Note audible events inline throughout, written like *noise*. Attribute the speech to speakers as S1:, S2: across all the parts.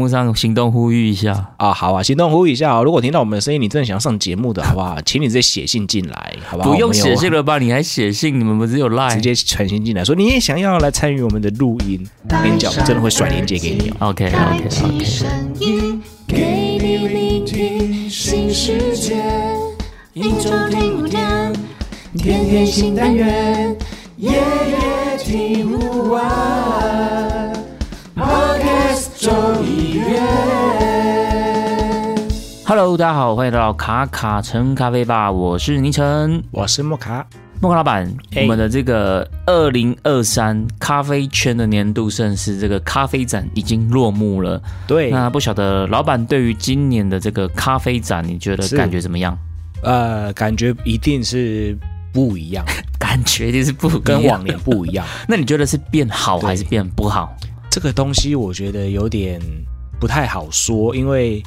S1: 动上行动呼吁一下，
S2: 啊，好啊，行动呼吁一下哦！如果听到我们的声音，你真的想上节目的好
S1: *laughs*
S2: 不好？请你直接写信进来，好不好？
S1: 不用
S2: 我们有
S1: 写哎信了吧？你还写信？你们不是有
S2: 直
S1: Line？OK，、
S2: 接传信进来，说你也想要来参与我们的录音，我跟你讲，我们真的会甩链接给你哦。
S1: OK，OK，OK
S3: 开启声音，给你聆听新世界，一周听五天，天天新单元，夜夜听不完。Podcast 周一月。
S1: Hello，大家好，欢迎来到卡卡城咖啡吧，我是倪晨，
S2: 我是莫卡，
S1: 莫卡老板。
S2: 哎
S1: 我们的这个二零二三咖啡圈的年度盛事，这个咖啡展已经落幕了。
S2: 对，
S1: 那不晓得老板对于今年的这个咖啡展，你觉得
S2: 是
S1: 感觉怎么样？
S2: 呃，感觉一定是不
S1: *laughs*
S2: 一样，
S1: 感觉就是不
S2: 跟
S1: 一样
S2: 往年
S1: *laughs*
S2: 不一样。
S1: 那你觉得是变好还是变不好？
S2: 这个东西我觉得有点不太好说，因为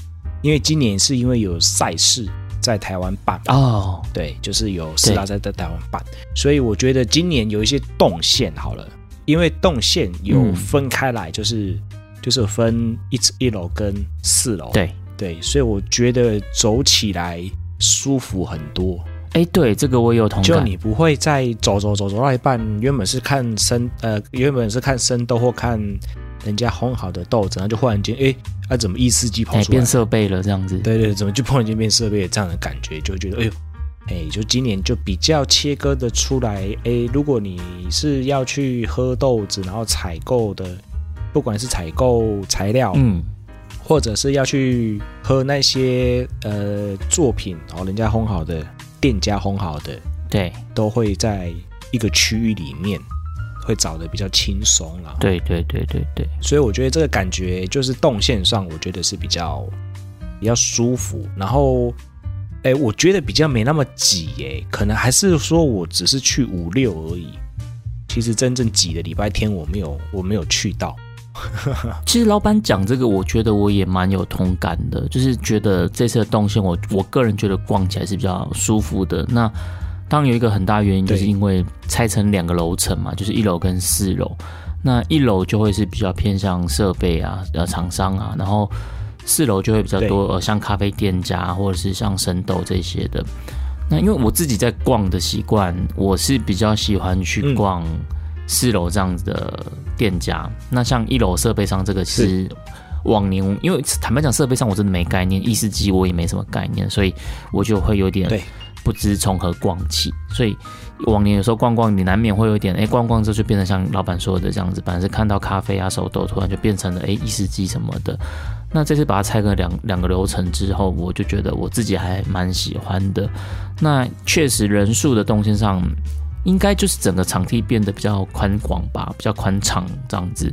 S2: 因为今年是因为有赛事在台湾办嘛，
S1: 哦，
S2: 对，就是有四大赛在台湾办，所以我觉得今年有一些动线好了，因为动线有
S1: 嗯
S2: 分开来，就是、就是有分一一楼跟四楼，
S1: 对，
S2: 对，所以我觉得走起来舒服很多，
S1: 哎，对，这个我也有同
S2: 就
S1: 感。
S2: 你不会再走走走走到一半，原本是看生呃，原本是看生豆或看人家烘好的豆子，然后就忽然间，哎，啊怎么一司机跑
S1: 哎，
S2: 出来
S1: 变
S2: 了？
S1: 设备了这样子。
S2: 对对，怎么就突然间变设备了这样的感觉，就会觉得哎呦，哎，就今年就比较切割的出来。哎，如果你是要去喝豆子，然后采购的，不管是采购材料，
S1: 嗯，
S2: 或者是要去喝那些呃作品，然后人家烘好的，店家烘好的，
S1: 对，
S2: 都会在一个区域里面会找的比较轻松啦。，
S1: 对，对，对，对，对，
S2: 所以我觉得这个感觉就是动线上，我觉得是比较比较舒服。然后，哎，我觉得比较没那么挤耶，可能还是说我只是去五六而已。其实真正挤的礼拜天我没有我没有去到，
S1: 其实老板讲这个，我觉得我也蛮有同感的，就是觉得这次的动线我，我个人觉得逛起来是比较舒服的。那当然有一个很大原因，
S2: 对
S1: 就是因为拆成两个楼层嘛，就是一楼跟四楼。那一楼就会是比较偏向设备啊、呃厂商啊，然后四楼就会比较多呃像咖啡店家或者是像生豆这些的。那因为我自己在逛的习惯，我是比较喜欢去
S2: 嗯
S1: 逛四楼这样子的店家。那像一楼设备商这个，其实往年因为坦白讲设备商我真的没概念，意式机我也没什么概念，所以我就会有点
S2: 对
S1: 不知从何逛起。所以往年有时候逛逛，你难免会有一点，哎，逛逛之后就变成像老板说的这样子，本来是看到咖啡啊、手豆，突然就变成了哎意式机什么的。那这次把它拆个两两个流程之后，我就觉得我自己还蛮喜欢的。那确实人数的动线上，应该就是整个场地变得比较宽广吧，比较宽敞这样子，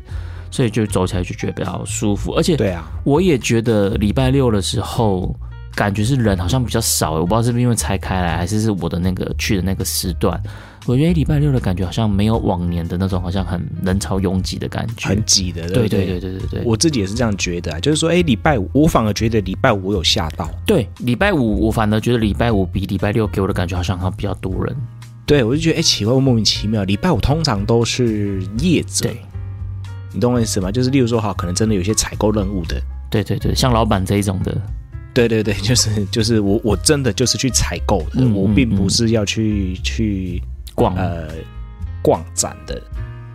S1: 所以就走起来就觉得比较舒服。而且
S2: 对啊，
S1: 我也觉得礼拜六的时候，感觉是人好像比较少，我不知道是不是因为拆开来，还是是我的那个去的那个时段。我觉得礼拜六的感觉好像没有往年的那种，好像很人潮拥挤的感觉。
S2: 很挤的，
S1: 对
S2: 不
S1: 对对对对对，
S2: 我自己也是这样觉得啊，就是说，哎，礼拜五，我反而觉得礼拜五有吓到，
S1: 对礼拜五，我反而觉得礼拜五比礼拜六给我的感觉好像好像比较多人。
S2: 对我就觉得，哎，奇怪，莫名其妙，礼拜五通常都是业者，
S1: 对
S2: 你懂我意思吗？就是例如说，好，可能真的有一些采购任务的，
S1: 对对对，像老板这一种的，
S2: 对对对，就是就是我我真的就是去采购的，
S1: 嗯
S2: 我
S1: 嗯
S2: 并不
S1: 嗯
S2: 是要去去
S1: 逛
S2: 呃逛展的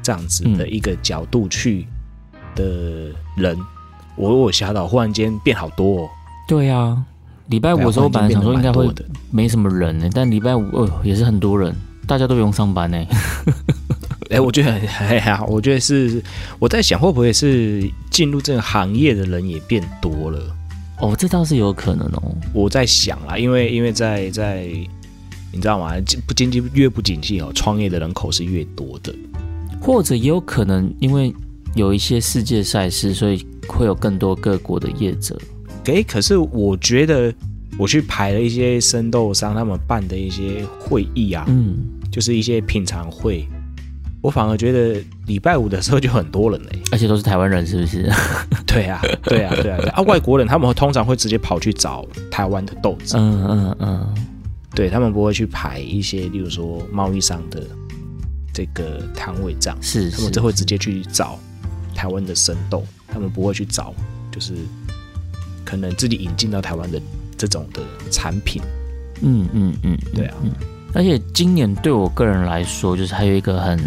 S2: 这样子的
S1: 嗯
S2: 一个角度去的人，我我吓到，忽然间变好多、哦，
S1: 对啊，礼拜五的时候
S2: 对
S1: 本
S2: 啊
S1: 来
S2: 忽然间
S1: 想说应该
S2: 变得蛮
S1: 会
S2: 多的
S1: 没什么人呢、但礼拜五哦也是很多人，大家都不用上班呢、 *laughs*
S2: 哎、我觉得很哎呀，我觉得是我在想，会不会是进入这个行业的人也变多了？
S1: 哦，这倒是有可能哦。
S2: 我在想啦，因为因为在在你知道吗？经不经济越不景气哦，创业的人口是越多的。
S1: 或者也有可能因为有一些世界赛事，所以会有更多各国的业者。
S2: 哎、可是我觉得我去排了一些生豆商他们办的一些会议啊，
S1: 嗯，
S2: 就是一些品尝会，我反而觉得礼拜五的时候就很多人嘞、
S1: *laughs* 而且都是台湾人，是不是？
S2: 对啊，对啊，对啊，对啊！啊外国人他们通常会直接跑去找台湾的豆子。
S1: 嗯嗯嗯，
S2: 对他们不会去排一些，例如说贸易商的这个摊位这样，
S1: 是
S2: 他们
S1: 是
S2: 就。会直接去找台湾的生豆，他们不会去找就是可能自己引进到台湾的这种的产品。
S1: 嗯嗯嗯，
S2: 对啊，
S1: 而且今年对我个人来说，就是还有一个很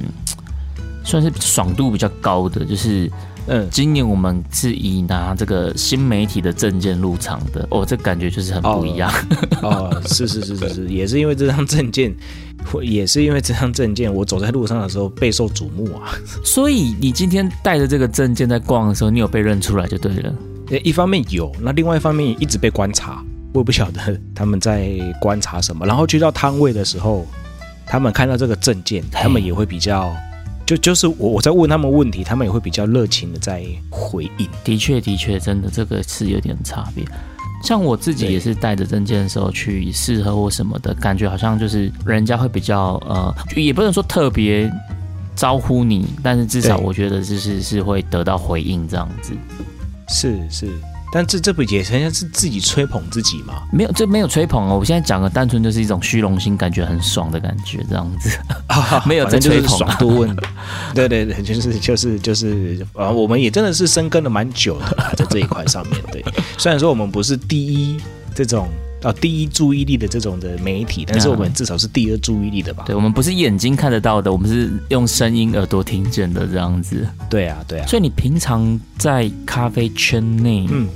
S1: 算是爽度比较高的，就是
S2: 嗯，
S1: 今年我们是以拿这个新媒体的证件入场的，哦，这感觉就是很不一样。
S2: 哦，是是是是是，也是因为这张证件，或也是因为这张证件，我走在路上的时候备受瞩目啊。
S1: *laughs*
S2: *laughs*
S1: 所以你今天带着这个证件在逛的时候，你有被认出来就对了。
S2: 呃一方面有，那另外一方面也一直被观察，我也不晓得他们在观察什么。然后去到摊位的时候，他们看到这个证件，他们也会比较，就就是我我在问他们问题，他们也会比较热情的在回应。
S1: 的确，的确，真的这个是有点差别。像我自己
S2: 对
S1: 也是带着证件的时候去试喝或什么的，感觉好像就是人家会比较呃，就也不能说特别招呼你，但是至少
S2: 对
S1: 我觉得就是是会得到回应这样子。
S2: 是是，但这这不也好像是自己吹捧自己吗？
S1: 没有，这没有吹捧哦，我现在讲的单纯就是一种虚荣心，感觉很爽的感觉这样
S2: *laughs*
S1: 子。
S2: 啊
S1: 没有
S2: 反正
S1: 在
S2: 就
S1: 吹
S2: 是
S1: 捧
S2: 爽度问， *laughs* 对对对，就是就是就是，啊，我们也真的是深耕了蛮久的啦，在这一块上面，对， *laughs* 虽然说我们不是第一这种啊第一注意力的这种的媒体，但是我们至少是第二注意力的吧？
S1: 对我们不是眼睛看得到的，我们是用声音、耳朵听见的这样子。
S2: 对啊，对啊，
S1: 所以你平常在咖啡圈内
S2: 嗯，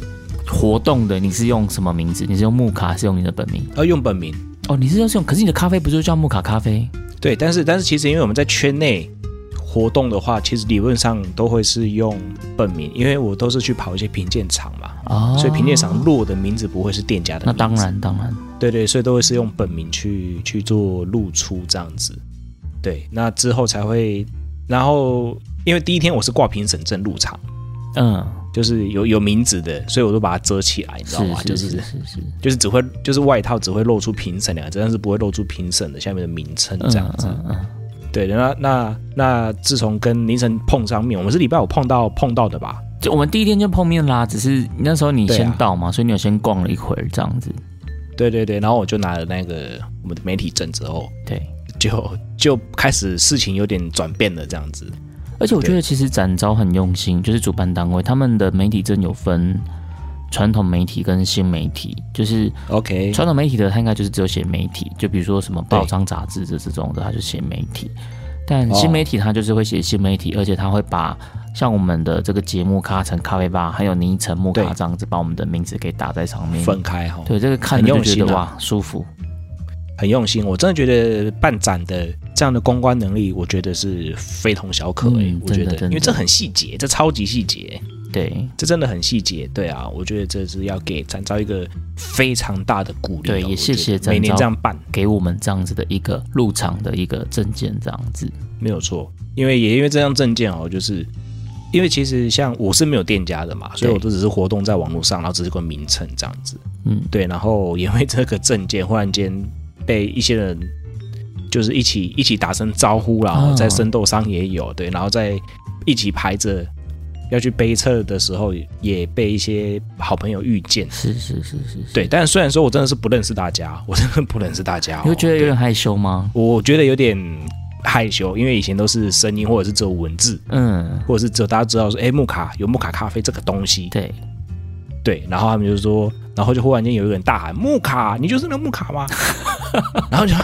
S1: 活动的，你是用什么名字？你是用木卡，还是用你的本名？
S2: 要用本名，
S1: 哦，你是要用，可是你的咖啡不就叫木卡咖啡？
S2: 对，但是但是其实因为我们在圈内。活动的话，其实理论上都会是用本名，因为我都是去跑一些评鉴场嘛，
S1: 哦，
S2: 所以评鉴场落的名字不会是店家的
S1: 那
S2: 名字。
S1: 当然当然，
S2: 对对，所以都会是用本名去去做露出这样子。对，那之后才会，然后因为第一天我是挂评审证入场，
S1: 嗯，
S2: 就是有有名字的，所以我都把它遮起来，你知道吗？
S1: 是是
S2: 就是
S1: 是是是，
S2: 就是只会就是外套只会露出评审两个字，但是不会露出评审的下面的名称这样子。
S1: 嗯嗯
S2: 对，那那那自从跟凌晨碰上面，我们是礼拜五碰到碰到的吧？
S1: 嗯就我们第一天就碰面啦，只是那时候你
S2: 对啊
S1: 先到嘛，所以你有先逛了一会儿这样子，
S2: 对对对，然后我就拿了那个我们的媒体证之后，
S1: 对。
S2: 就就开始事情有点转变了这样子。
S1: 而且我觉
S2: 对
S1: 得其实展昭很用心，就是主办单位他们的媒体证有分传统媒体跟新媒体，就是。
S2: OK，
S1: 传统媒体的它应该就是只有写媒体，就比如说什么报
S2: 对
S1: 章、杂志这这种的，它就写媒体。但
S2: 哦
S1: 新媒体它就是会写新媒体，而且它会把像我们的这个节目咖城咖啡吧，还有泥城木咖
S2: 对
S1: 这样子，把我们的名字给打在上面。
S2: 分开哈、
S1: 嗯对，这个看
S2: 很
S1: 着就
S2: 用
S1: 觉
S2: 心
S1: 得
S2: 啊
S1: 哇舒服。
S2: 很用心。我真的觉得办展的这样的公关能力，我觉得是非同小可、欸
S1: 嗯
S2: 我觉
S1: 真的
S2: 得，
S1: 真的
S2: 因为这很细节，这超级细节，
S1: 对
S2: 这真的很细节。对啊，我觉得这是要给展昭一个非常大的鼓励哦、
S1: 对，也谢谢
S2: 我觉得
S1: 展
S2: 每年
S1: 昭
S2: 这样办
S1: 给我们这样子的一个入场的一个证件，这样子。
S2: 没有错，因为也因为这张证件哦，就是。因为其实像我是没有店家的嘛，所以我都只是活动在网络上，然后只是个名称这样子。
S1: 嗯，
S2: 对，然后也因为这个证件，忽然间被一些人就是一起一起打声招呼啦，
S1: 哦
S2: 在生豆商也有对，然后在一起排着要去杯测的时候，也被一些好朋友遇见。
S1: 是是是是是。
S2: 对，但虽然说我真的是不认识大家，我真的不认识大家、哦，
S1: 你会觉得有
S2: 对
S1: 点害羞吗？
S2: 我觉得有点害羞，因为以前都是声音或者是只有文字。
S1: 嗯，
S2: 或者是只有大家知道说，哎、木卡有木卡咖啡这个东西，
S1: 对，
S2: 对，然后他们就说，然后就忽然间有一个人大喊：“木卡，你就是那个木卡吗？”然后就，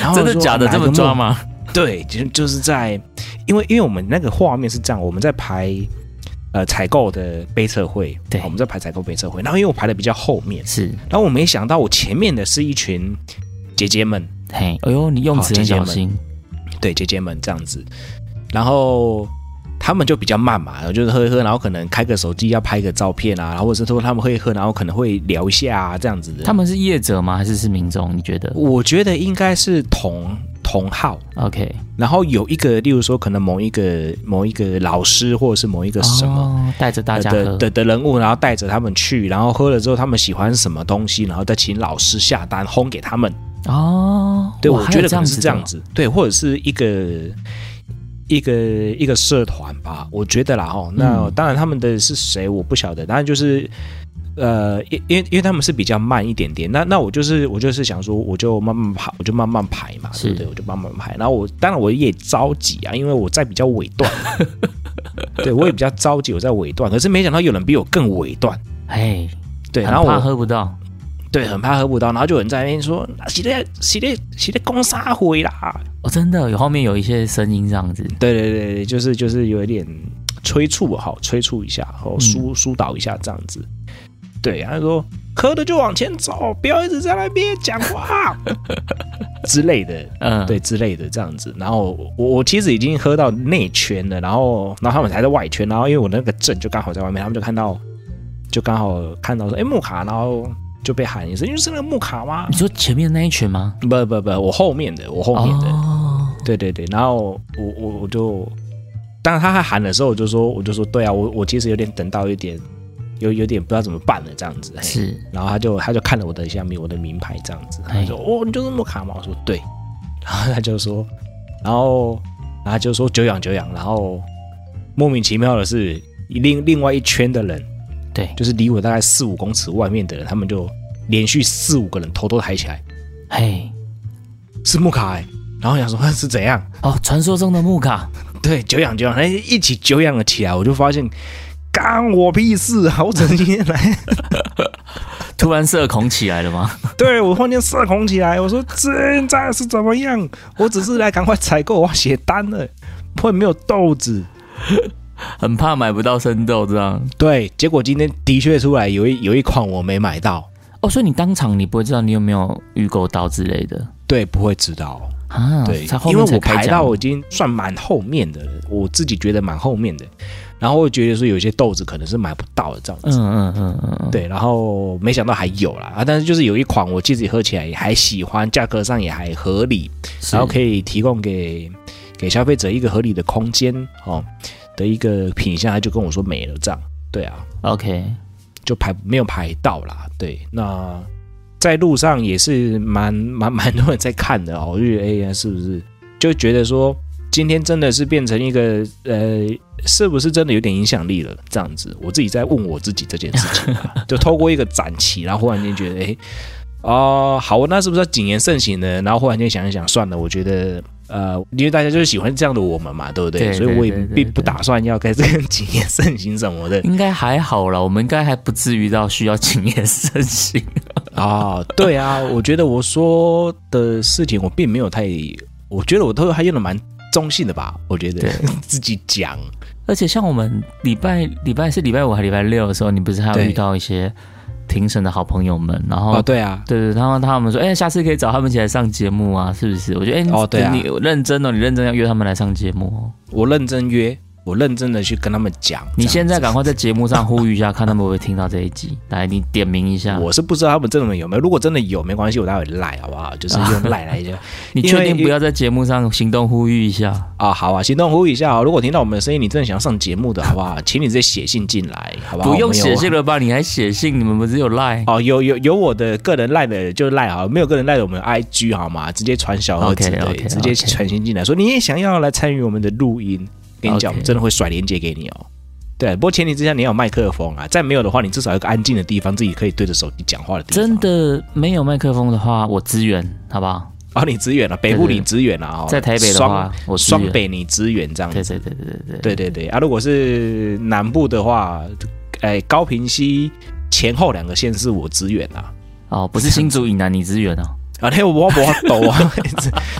S2: 然
S1: *laughs*
S2: 后
S1: 真的
S2: 就说哦
S1: 假的？这么抓？吗？
S2: 哪一个木对，就就是在，因为因为我们那个画面是这样，我们在排呃采购的杯测会，
S1: 对
S2: 我们在排采购杯测会，然后因为我排的比较后面，
S1: 是，
S2: 然后我没想到我前面的是一群姐姐们，
S1: 嘿，哎呦，你用
S2: 好
S1: 词
S2: 姐
S1: 很
S2: 姐
S1: 小
S2: 们
S1: 心。
S2: 对姐姐们这样子，然后他们就比较慢嘛，然后就是喝一喝，然后可能开个手机要拍个照片啊，然后或者是说他们会喝，然后可能会聊一下啊这样子的。
S1: 他们是业者吗？还是是民众？你觉得
S2: 我觉得应该是同同号，
S1: ？OK，
S2: 然后有一个，例如说可能某一个某一个老师或者是某一个什么。呃
S1: 哦带着大家
S2: 的
S1: 喝？
S2: 的的人物，然后带着他们去，然后喝了之后，他们喜欢什么东西，然后再请老师下单烘给他们。
S1: 哦，
S2: 对，
S1: 哇
S2: 我
S1: 还
S2: 觉
S1: 有
S2: 得
S1: 这
S2: 可
S1: 样
S2: 能
S1: 子
S2: 是这样
S1: 的，
S2: 子，对，或者是一个一个一个社团吧，我觉得啦哦，那、
S1: 嗯
S2: 当然他们的是谁我不晓得，当然就是呃，因因为因为他们是比较慢一点点，那那我就是我就是想说，我就慢慢排，我就慢慢排嘛，
S1: 是
S2: 对不对？我就慢慢排。然后我当然我也着急啊，因为我在比较尾段，
S1: *laughs*
S2: 对我也比较着急，我在尾段。可是没想到有人比我更尾段，
S1: 哎，
S2: 对，
S1: 很
S2: 然后
S1: 怕
S2: 我
S1: 喝不到，
S2: 对很怕喝不到，然后就有人在那边说，啊洗的洗的洗的攻杀回啦，
S1: 哦，真的有后面有一些声音这样子，
S2: 对对对对，就是就是有一点催促哈，催促一下，哦，疏疏导一下这样子。对，他说喝的就往前走，不要一直在那边讲话之类的，
S1: 嗯，
S2: 对之类的这样子。然后我我其实已经喝到内圈了，然后然后他们才在外圈，然后因为我那个证就刚好在外面，他们就看到就刚好看到说，哎、木卡，然后就被喊一声，就是那个木卡吗
S1: 你？说前面那一群吗？
S2: 不不不，我后面的，我后面的。
S1: 哦，
S2: 对对对，然后我我我就，当然他还喊的时候，我就说我就说对啊，我我其实有点等到有点有有点不知道怎么办了这样子。嘿
S1: 是，
S2: 然后他就他就看了我的下面我的名牌这样子，他
S1: 哎
S2: 就说哦你就是莫卡嘛，我说对，然后他就说，然后然后他就说久仰久仰，然后莫名其妙的是另另外一圈的人，
S1: 对，
S2: 就是离我大概四五公尺外面的人，他们就连续四五个人头都抬起来，
S1: 嘿，
S2: 是莫卡、欸，然后我想说 *laughs* 是怎样。
S1: 哦，传说中的木卡，
S2: 对，久仰久仰，他一起久仰了起来，我就发现干我屁事啊！我整天来，
S1: *laughs* 突然社恐起来了吗？
S2: 对我忽然间社恐起来，我说现在是怎么样？我只是来赶快采购，我要写单了，会没有豆子。
S1: 很怕买不到生豆这样。
S2: 对，结果今天的确出来有一有一款我没买到，
S1: 哦，所以你当场你不会知道你有没有预购到之类的
S2: 对，不会知道，
S1: 啊？
S2: 对
S1: 才，后
S2: 因为
S1: 面才
S2: 我
S1: 开
S2: 排
S1: 奖
S2: 到我已经算蛮后面的了，我自己觉得蛮后面的，然后我觉得说有些豆子可能是买不到的这样子
S1: 嗯。嗯嗯嗯嗯，
S2: 对，然后没想到还有啦啊！但是就是有一款我自己喝起来也还喜欢，价格上也还合理，
S1: 是，
S2: 然后可以提供给给消费者一个合理的空间哦的一个品相，他就跟我说没了这样，对啊，
S1: OK，
S2: 就排没有排到啦，对，那在路上也是蛮蛮 *laughs* 蛮多人在看的哦，我就觉得哎呀是不是就觉得说今天真的是变成一个呃，是不是真的有点影响力了？这样子，我自己在问我自己这件事
S1: *laughs*
S2: 情、啊，就透过一个展期，然后忽然间觉得，哎、哦、好，那是不是要谨言慎行呢？然后忽然间想一想，算了，我觉得。呃，因为大家就是喜欢这样的我们嘛，对不对？
S1: 对
S2: 所以我也
S1: 对对对
S2: 并不
S1: 对
S2: 打算要开始 *laughs* 跟谨言慎行什么的。
S1: 应该还好啦，我们应该还不至于到需要谨言慎行。
S2: 啊，对啊，我觉得我说的事情我并没有太，我觉得我都还用的蛮中性的吧，我觉得
S1: 对
S2: *laughs* 自己讲，
S1: 而且像我们礼拜礼拜是礼拜五还礼拜六的时候，你不是还有
S2: 对
S1: 遇到一些庭审的好朋友们，然后、
S2: 哦，对啊，
S1: 对对，他们他们说，哎、下次可以找他们一起来上节目啊，是不是？我觉得，哎、
S2: 哦对啊
S1: 你认真哦，你认真要约他们来上节目哦。
S2: 我认真约，我认真的去跟他们讲。
S1: 你
S2: 这样
S1: 现在赶快在节目上呼吁一下，看他们会不会听到这一集。来，你点名一下。
S2: 我是不知道他们真的有没有，如果真的有，没关系，我待会赖好不好？就是用赖来一
S1: *laughs*
S2: 下
S1: 你
S2: 因
S1: 确
S2: 为
S1: 定不要在节目上行动呼吁一下？
S2: 啊，好啊，行动呼吁一下哦。如果听到我们的声音，你真的想要上节目的，好不好？请你直接写信进来，好不好？
S1: 不用
S2: 我们有
S1: 写信了吧？你还写信？你们不是有赖？
S2: 哦，有有有我的个人赖的就赖好，没有个人赖的我们 I G 好吗？直接传小盒子
S1: OK，OK，
S2: 对直接
S1: OK
S2: 传信进来说你也想要来参与我们的录音，跟你讲，我们
S1: OK
S2: 真的会甩链接给你哦。对，不过前提之下你要有麦克风啊，再没有的话，你至少有一个安静的地方，自己可以对着手机讲话的地方。
S1: 真的没有麦克风的话，我支援，好不好？
S2: 哦，你支援了、北部
S1: 对对
S2: 你支援了、啊、哦，
S1: 在台北的话
S2: 双，
S1: 我支援
S2: 双。北你支援这样
S1: 对
S2: 子。
S1: 对对对对对。
S2: 对对对啊，如果是南部的话，哎，高平溪前后两个县是我支援啊。
S1: 哦，
S2: *laughs*
S1: 不是新竹以南，你支援哦。
S2: 啊，嘿，我无法抖啊，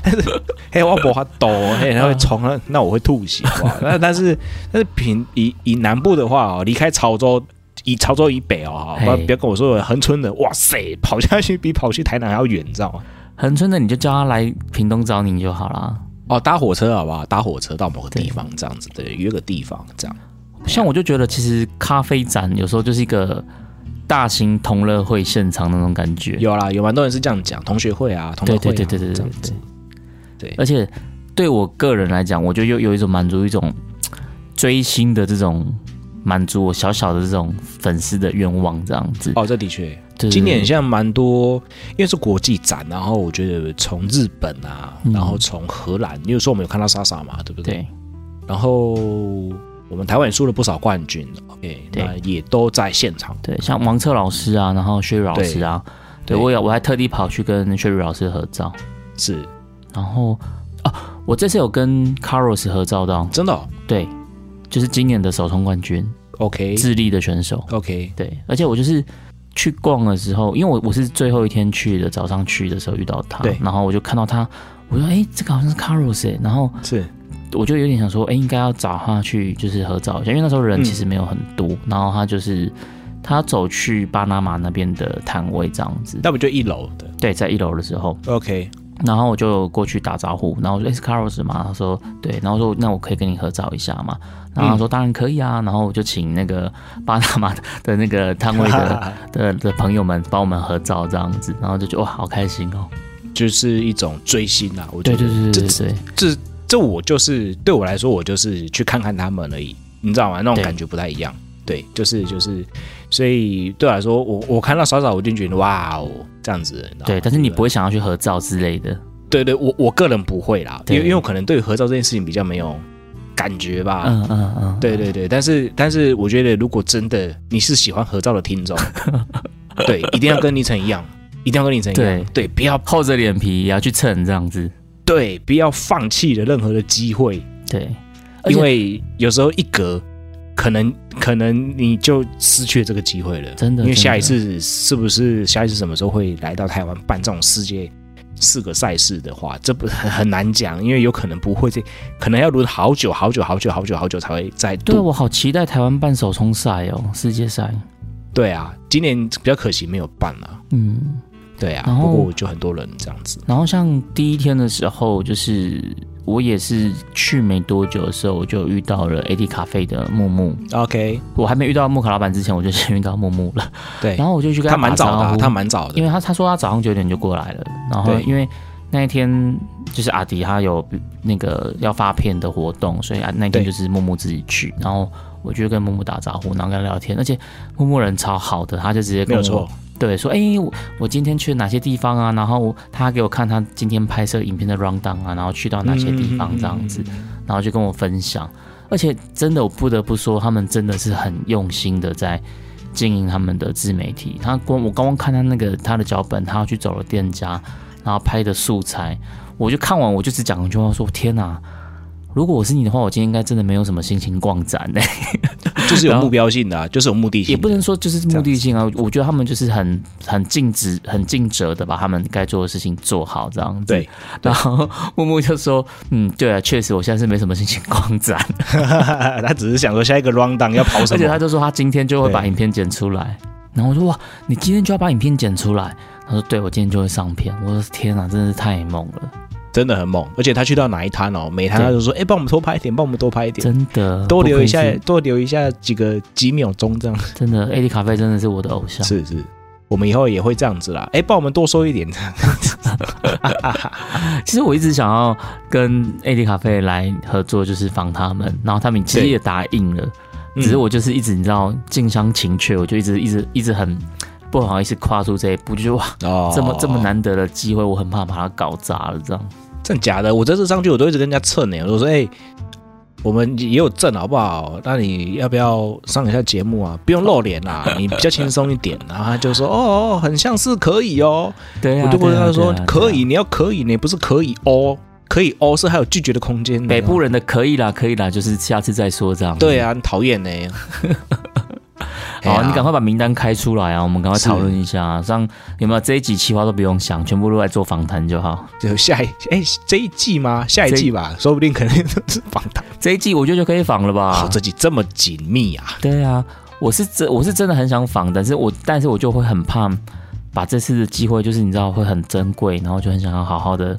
S2: 但是嘿，我无法抖，嘿，他会
S1: 嗯
S2: 冲啊，那我会吐血，好不好？那但是但是平以以南部的话哦，离开潮州，以潮州以北哦，
S1: 嘿
S2: 不要不要跟我说恒春的，哇塞，跑下去比跑去台南还要远，你知道吗？
S1: 恒春的你就叫他来屏东找你就好啦。
S2: 哦，搭火车好不好？搭火车到某个地方这样子，对，约个地方这样。
S1: 像我就觉得，其实咖啡展有时候就是一个大型同乐会现场那种感觉。
S2: 有啦，有蛮多人是这样讲，同学会啊，同学
S1: 对
S2: 会、
S1: 对
S2: 啊，
S1: 对对对
S2: 这
S1: 对
S2: 样子
S1: 对。
S2: 对
S1: 而且对我个人来讲，我就又有一种满足一种嘖追星的这种满足我小小的这种粉丝的愿望这样子。
S2: 哦，这的确，
S1: 对
S2: 今年像蛮多，因为是国际展，然后我觉得从日本啊，
S1: 嗯
S2: 然后从荷兰，因为说我们有看到莎莎嘛，对不
S1: 对
S2: 对？
S1: 对
S2: 然后我们台湾也输了不少冠军，OK，
S1: 对
S2: 那也都在现场。
S1: 对，像王策老师啊，然后薛宇老师啊，对
S2: 对
S1: 我有我还特地跑去跟薛宇老师合照，
S2: 是
S1: 然后啊，我这次有跟 Carlos 合照到，
S2: 真的、哦、
S1: 对，就是今年的首冲冠军，
S2: ，OK
S1: 智利的选手，
S2: OK，
S1: 对，而且我就是去逛的时候，因为我我是最后一天去的，早上去的时候遇到他，
S2: 对
S1: 然后我就看到他，我说哎、诶这个好像是 Carlos 哎、然后
S2: 是
S1: 我就有点想说，哎、应该要找他去就是合照一下，因为那时候人
S2: 嗯
S1: 其实没有很多，然后他就是他走去巴拿马那边的摊位这样子，
S2: 那不就一楼的
S1: 对，在一楼的时候，
S2: ？OK，
S1: 然后我就过去打招呼，然后我说、诶是 Carlos 吗？他说对，然后说那我可以跟你合照一下吗？然后他说、当然可以啊，然后我就请那个巴拿马的的那个摊位的的的朋友们帮我们合照这样子，然后就觉得哇好开心哦，
S2: *laughs* 就是一种追星啊，我觉
S1: 对
S2: 得
S1: 对对对
S2: 这
S1: 对对，
S2: 这这我就是对我来说，我就是去看看他们而已，你知道吗？那种
S1: 对
S2: 感觉不太一样。对，就是就是，所以对我来说，我我看到少少，我就觉得哇哦，这样子。你知道吗
S1: 对，但是你不会想要去合照之类的，
S2: 对对，我我个人不会啦，因
S1: 对
S2: 为因为我可能对合照这件事情比较没有感觉吧。
S1: 嗯嗯嗯，
S2: 对对对，但是但是我觉得，如果真的你是喜欢合照的听
S1: *laughs*
S2: 众，对，一定要跟倪晨一样，一定要跟倪晨一样，对，不要
S1: 厚着脸皮也要去蹭这样子，
S2: 对不要放弃了任何的机会，
S1: 对，而且
S2: 因为有时候一格，可能可能你就失去了这个机会了。
S1: 真的
S2: 因为下一
S1: 真
S2: 次是不是下一次什么时候会来到台湾办这种世界四个赛事的话，这不很很难讲，因为有可能不会这，可能要轮好久好久好久好久好久才会再
S1: 对
S2: 度。
S1: 我好期待台湾办手冲赛哦，世界赛，
S2: 对啊，今年比较可惜没有办了。
S1: 嗯。
S2: 对啊，
S1: 然后
S2: 不过就很多人这样子。
S1: 然后像第一天的时候，就是我也是去没多久的时候，我就遇到了 AD 咖啡的木木。
S2: OK，
S1: 我还没遇到木卡老板之前，我就先遇到木木了。
S2: 对
S1: 然，后我就去跟
S2: 他
S1: 打
S2: 蛮早的
S1: 招
S2: 啊、
S1: 呼，
S2: 他蛮早
S1: 因
S2: 的。
S1: 为他他说他早上九点就过来了。然后
S2: 对
S1: 因为那一天就是阿迪他有那个要发片的活动，所以啊那天
S2: 对
S1: 就是木木自己去。然后我就跟木木打招呼，然后跟他聊天，而且木木人超好的，他就直接跟
S2: 没有
S1: 我
S2: 错，
S1: 对，说哎、我我今天去哪些地方啊？然后他给我看他今天拍摄影片的 round down 啊，然后去到哪些地方这样子，然后就跟我分享。而且真的，我不得不说，他们真的是很用心的在经营他们的自媒体。他光我刚刚看他那个他的脚本，他要去找了店家，然后拍的素材，我就看完我就只讲一句话说：天哪、如果我是你的话，我今天应该真的没有什么心情逛展欸呢、
S2: 就是有
S1: 然后
S2: 目标性的、啊，就是有目的性的。
S1: 也不能说就是目的性啊，我觉得他们就是很很尽职、很尽责的把他们该做的事情做好这样子。
S2: 对，
S1: 然后木木就说：“嗯，对啊，确实，我现在是没什么心情逛展，
S2: *laughs* 他只是想说下一个 round down 要跑什
S1: 而且
S2: 么
S1: 他。就说他今天就会把
S2: 对
S1: 影片剪出来。”然后我说：“哇，你今天就要把影片剪出来？”他说：“对，我今天就会上片。”我说：“天啊，真的是太猛了，
S2: 真的很猛，而且他去到哪一摊哦，每摊他就说：“哎，帮、我们多拍一点，帮我们多拍一点，
S1: 真的
S2: 多留一
S1: 不
S2: 下
S1: 愧是，
S2: 多留一下几个几秒钟这样。
S1: 真的 AD 咖啡真的是嗯我的偶”像。
S2: 是是，我们以后也会这样子啦。哎、帮我们多收一点，
S1: 其实我一直想要跟 AD 咖啡来合作，就是访他们，然后他们其实
S2: 对
S1: 也答应了，
S2: 嗯
S1: 只是我就是一直你知道近乡情怯，我就一直一直一直很不好意思跨出这一步，就是哇，
S2: 哦
S1: 这么这么，难得的机会，我很怕把它搞砸了这样。
S2: 真假的？我这次上去我都一直跟人家蹭呢、我都说：“哎、我们也有证好不好？那你要不要上一下节目啊？不用露脸啦、
S1: *laughs*
S2: 你比较轻松一点。”然后他就说：“哦，哦很像是可以哦。”
S1: 对啊
S2: 我就跟他说：“可。
S1: 对
S2: 以，你要可以，你不是可以哦，可以哦，是还有拒绝的空间的。”
S1: 北部人的可以啦，可以啦，就是下次再说这样。
S2: 啊对，啊，很讨厌 *laughs* 呢。哎
S1: 好，
S2: 呀
S1: 你赶快把名单开出来啊，我们赶快讨论一下、啊，像有没有这一集企划都不用想，全部都来做访谈就好。
S2: 就下一哎、这一季吗？下一
S1: 这一
S2: 季吧，说不定可能都是访 *laughs* 谈。
S1: 这一季我觉得就可以访了吧？
S2: 啊、这集这么紧密啊！
S1: 对啊，我是真我是真的很想仿，但是我但是我就会很怕把这次的机会，就是你知道会很珍贵，然后就很想要好好的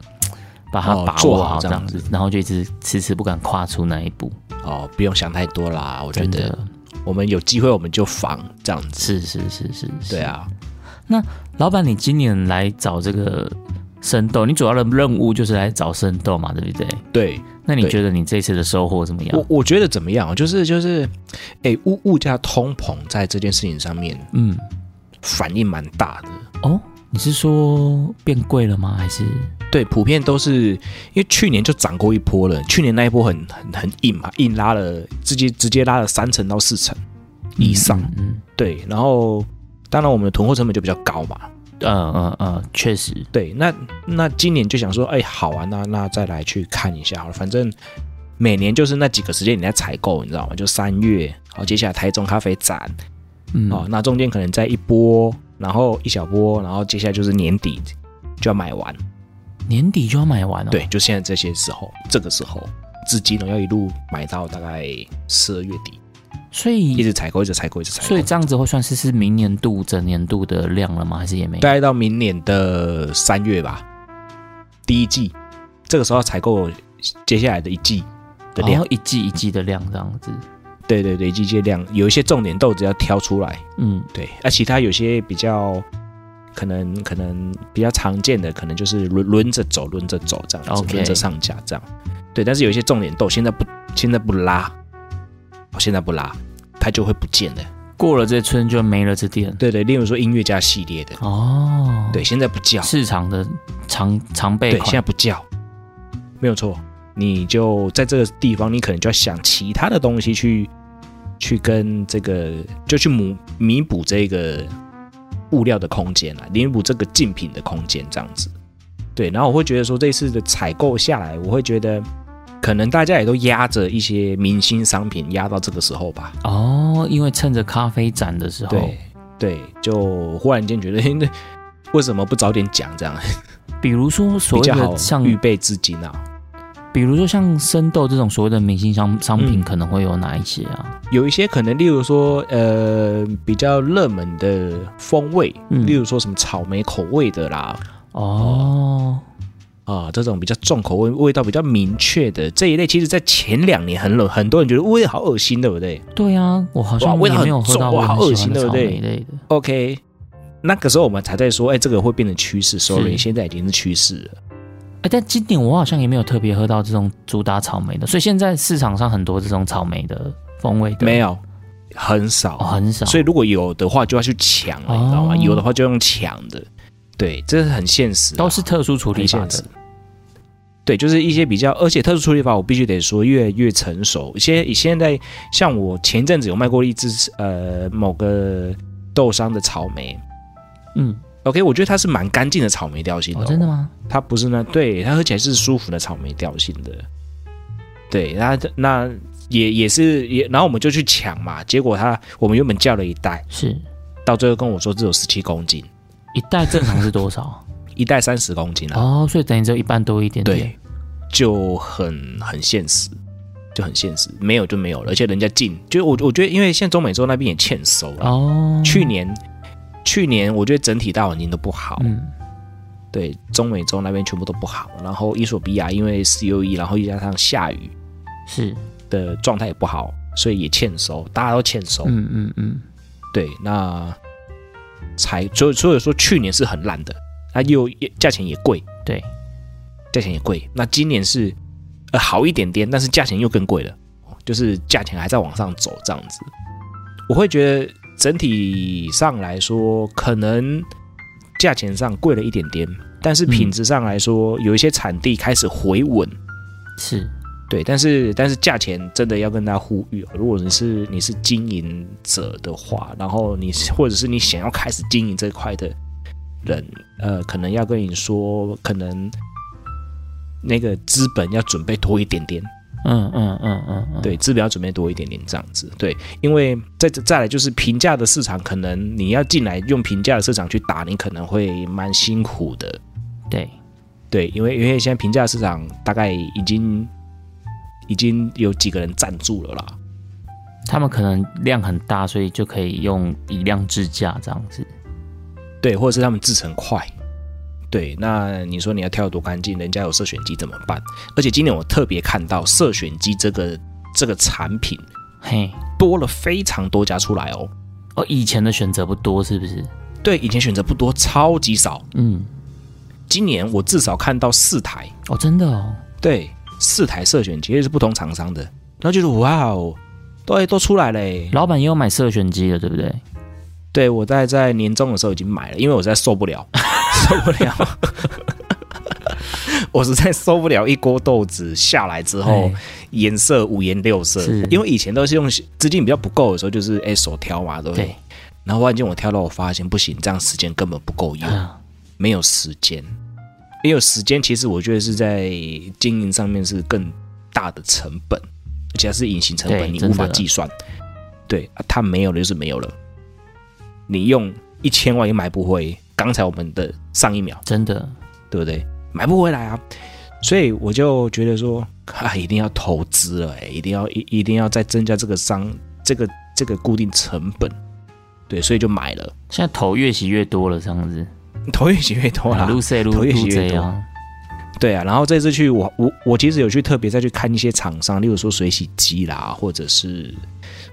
S1: 把它
S2: 哦
S1: 把
S2: 做
S1: 握
S2: 好
S1: 好
S2: 这
S1: 这
S2: 样
S1: 样子，然后就一直迟迟不敢跨出那一步，
S2: 哦，不用想太多啦，我觉
S1: 真
S2: 得
S1: 的
S2: 我们有机会我们就防这样子。
S1: 是是是是是。
S2: 对，啊，
S1: 老板，你今年来找这个生豆，你主要的任务就是来找生豆嘛，对不对？
S2: 对
S1: 那你
S2: 对
S1: 觉得你这次的收获怎么样
S2: 我？我觉得怎么样？就是就是，哎、物物价通膨在这件事情上面
S1: 嗯，
S2: 反应蛮大的。
S1: 哦，你是说变贵了吗？还是
S2: 对，普遍都是因为去年就涨过一波了，去年那一波很很很硬嘛，硬拉了直接直接拉了三成到四成以上。
S1: 嗯
S2: 对，然后当然我们的囤货成本就比较高嘛。
S1: 嗯嗯嗯，确、实，
S2: 对，那那今年就想说，哎，好啊，那那再来去看一下好了，反正每年就是那几个时间你在采购，你知道吗？就三月，好，接下来台中咖啡展，
S1: 嗯
S2: 哦，那中间可能在一波，然后一小波，然后接下来就是年底就要买完，
S1: 年底就要买完了、哦。
S2: 对，就现在这些时候，这个时候资金呢要一路买到大概十二月底，
S1: 所
S2: 一
S1: 以
S2: 直采购，一直采购，一直采
S1: 所以
S2: 购，
S1: 这样子会算是是明年度整年度的量了吗？还是也没哦有？
S2: 大概到明年的三月吧，第一季，这个时候要采购接下来的一季的
S1: 然
S2: 量
S1: 后。一季一季的量这样子。
S2: 对对对，季节量有一些重点豆子要挑出来，
S1: 嗯，
S2: 对，啊，其他有些比较可能可能比较常见的，可能就是轮轮着走，轮着走这样子，
S1: OK
S2: 轮着上架这样。对，但是有一些重点豆现在不现在不拉，哦，现在不拉，它就会不见了。
S1: 过了这村就没了这店。
S2: 对对，例如说音乐家系列的，
S1: 哦，
S2: 对，现在不叫，
S1: 市场的常常备
S2: 对，现在
S1: 款。
S2: 不叫，没有错。你就在这个地方，你可能就要想其他的东西去去跟这个，就去弥弥补这个物料的空间啊，弥补这个竞品的空间，这样子。对，然后我会觉得说，这次的采购下来，我会觉得可能大家也都压着一些明星商品，压到这个时候吧。
S1: 哦，因为趁着咖啡展的时候
S2: 对，对，就忽然间觉得， *laughs* 那为什么不早点讲这样，
S1: 比如说所
S2: 比
S1: 谓
S2: 较好
S1: 的像，
S2: 预备资金啊？
S1: 比如说像生豆这种所谓的明星商商品，
S2: 嗯
S1: 可能会有哪一些啊？
S2: 有一些可能，例如说，呃，比较热门的风味，
S1: 嗯
S2: 例如说什么草莓口味的啦，
S1: 哦，
S2: 啊，这种比较重口味、味道比较明确的这一类，其实在前两年很冷，很多人觉得味道好恶心，对不对
S1: 对啊，我好像
S2: 哇味道
S1: 也没有
S2: 很
S1: 喝
S2: 重
S1: 到
S2: 哇
S1: 我
S2: 好
S1: 很
S2: 恶
S1: 喜
S2: 心
S1: 欢
S2: 对
S1: 的
S2: 不
S1: 草
S2: 对
S1: 莓类的。
S2: ？OK，那个时候我们才在说，哎，这个会变成趋势，sorry，
S1: 是
S2: 现在已经是趋势了。
S1: 哎、但今年我好像也没有特别喝到这种主打草莓的，所以现在市场上很多这种草莓的风味的
S2: 没有，很少，
S1: 哦，很少。
S2: 所以如果有的话，就要去抢了，你知道吗？
S1: 哦
S2: 有的话就用抢的，对，这是很现实啊，
S1: 都是特殊处理
S2: 很
S1: 法
S2: 现
S1: 的
S2: 实。对，就是一些比较，而且特殊处理法，我必须得说越越成熟。一些现在像我前阵子有卖过一只呃某个豆商的草莓
S1: 嗯，
S2: ，OK，我觉得它是蛮干净的草莓调性的、
S1: 哦，真的？吗？
S2: 它不是呢，对，它喝起来是舒服的草莓调性的。对，那那也也是也，然后我们就去抢嘛，结果他我们原本叫了一袋，
S1: 是
S2: 到最后跟我说只有十七公斤，
S1: 一袋正常是
S2: *laughs*
S1: 多少？
S2: 一袋三十公斤啊。
S1: 哦，所以等于只有一半多一点点。
S2: 对，就很很现实，就很现实，没有就没有了，而且人家进，就我我觉得，因为现在中美洲那边也欠收了、
S1: 哦，
S2: 去年去年我觉得整体大环境都不好，
S1: 嗯，
S2: 对中美洲那边全部都不好，然后伊索比亚因为 COE，然后又加上下雨
S1: 是，
S2: 的状态也不好，所以也欠收，大家都欠收，
S1: 嗯嗯嗯，
S2: 对，那才所以所以说去年是很烂的，那又也价钱也贵，
S1: 对，
S2: 价钱也贵。那今年是呃好一点点，但是价钱又更贵了，哦就是价钱还在往上走这样子。我会觉得整体上来说，可能价钱上贵了一点点，但是品质上来说，有一些产地开始回稳。
S1: 是
S2: 对，但是但是价钱真的要跟大家呼吁哦，如果你是你是经营者的话，然后你或者是你想要开始经营这块的人，呃，可能要跟你说，可能那个资本要准备多一点点，
S1: 嗯嗯嗯嗯嗯，
S2: 对，资本要准备多一点点这样子，对，因为再再来就是平价的市场，可能你要进来用平价的市场去打，你可能会蛮辛苦的，
S1: 对，
S2: 对，因为因为现在平价市场大概已经已经有几个人站住了啦。
S1: 他们可能量很大，所以就可以用以量制价这样子。
S2: 对，或者是他们制成快。对，那你说你要挑得多干净，人家有色选机怎么办？而且今年我特别看到色选机这个这个产品
S1: 嘿，
S2: 多了非常多家出来哦。
S1: 哦，以前的选择不多，是不是？
S2: 对，以前选择不多，超级少。
S1: 嗯，
S2: 今年我至少看到四台，
S1: 哦，真的哦，
S2: 对，四台色选机，也是不同厂商的。然后觉得哇哦，都都出来欸嘞。
S1: 老板也有买色选机的，对不对？
S2: 对我
S1: *laughs*
S2: 在 *laughs* 在年终的时候已经买了，因为我实在受不了，受不了。我实在受不了一锅豆子下来之后
S1: 哎，
S2: 颜色五颜六色
S1: 是。
S2: 因为以前都是用资金比较不够的时候，就是哎、手挑嘛，对不对
S1: 对？
S2: 然后忽然间我挑到，我发现不行，这样时间根本不够用，
S1: 啊，
S2: 没有时间。没有时间，其实我觉得是在经营上面是更大的成本，而且它是隐形成
S1: 对
S2: 本，你
S1: 真
S2: 无
S1: 的
S2: 法计算。对，啊它没有了就是没有了，你用一千万也买不回刚才我们的上一秒。
S1: 真的
S2: 对不对？买不回来啊，所以我就觉得说，啊，一定要投资了、哎，一定要一一定要再增加这个商这个这个固定成本，对，所以就买了， *laughs*
S1: 现在头越洗越多了，这样子，
S2: 头越洗越多啦，
S1: 撸塞撸
S2: 头越洗
S1: 撸
S2: 越
S1: 这
S2: 多
S1: 样，
S2: 对啊，然后这次去我我我其实有去特别再去看一些厂商，例如说水洗机啦，或者是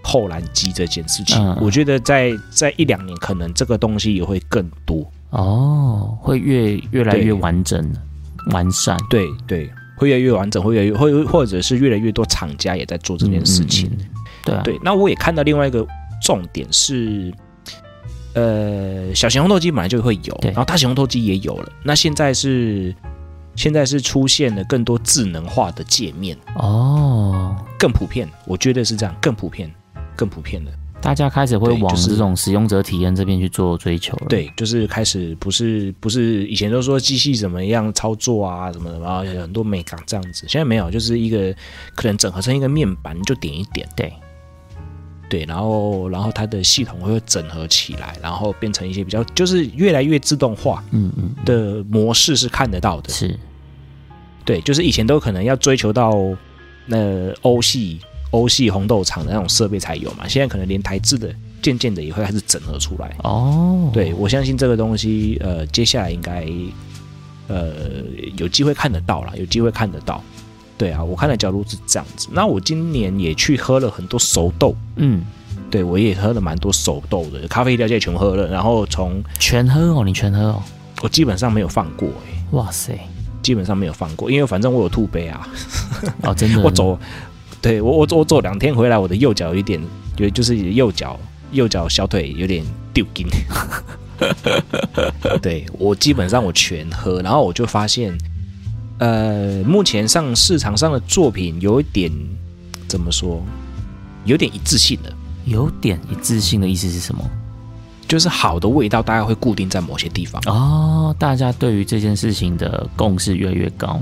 S2: 后燃机这件事情，
S1: 嗯
S2: 我觉得在在一两年可能这个东西也会更多，
S1: 哦，会越越来越
S2: 对
S1: 完整完善
S2: 对对，会越来越完整，会越来越会或者是越来越多厂家也在做这件事情。，
S1: 嗯嗯嗯对啊，
S2: 对，那我也看到另外一个重点是，呃，小型烘豆机本来就会有，
S1: 对
S2: 然后大型烘豆机也有了。那现在是现在是出现了更多智能化的界面，
S1: 哦，
S2: 更普遍，我觉得是这样，更普遍，更普遍的。
S1: 大家开始会
S2: 对就
S1: 往
S2: 是
S1: 这种使用者体验这边去做追求了，
S2: 对，就是开始不是不是以前都说机器怎么样操作啊，什么什么啊，有很多美感这样子，现在没有，就是一个可能整合成一个面板，你就点一点。
S1: 对
S2: 对，然后然后它的系统会整合起来，然后变成一些比较就是越来越自动化
S1: 嗯嗯，
S2: 的模式是看得到的。
S1: 是
S2: 对，就是以前都可能要追求到那欧系欧系红豆厂的那种设备才有嘛，现在可能连台制的渐渐的也会开始整合出来。
S1: 哦，
S2: 对我相信这个东西，呃，接下来应该呃有机会看得到啦，有机会看得到。对啊，我看的角度是这样子。那我今年也去喝了很多熟豆。
S1: 嗯，
S2: 对我也喝了蛮多手豆的，咖啡料界全喝了，然后从
S1: 全喝哦，你全喝哦，
S2: 我基本上没有放过、欸，
S1: 哇塞，
S2: 基本上没有放过，因为反正我有吐杯啊，
S1: 哦，真的，
S2: 我走，对我我走我走两天回来，我的右脚有一点，有就是右脚右脚小腿有点丢筋， *laughs* 对我基本上我全喝，然后我就发现，呃，目前上市场上的作品有一点怎么说，有点一致性了。
S1: 有点一致性的意思是什么？
S2: 就是好的味道，大概会固定在某些地方。
S1: 哦，大家对于这件事情的共识越来越高，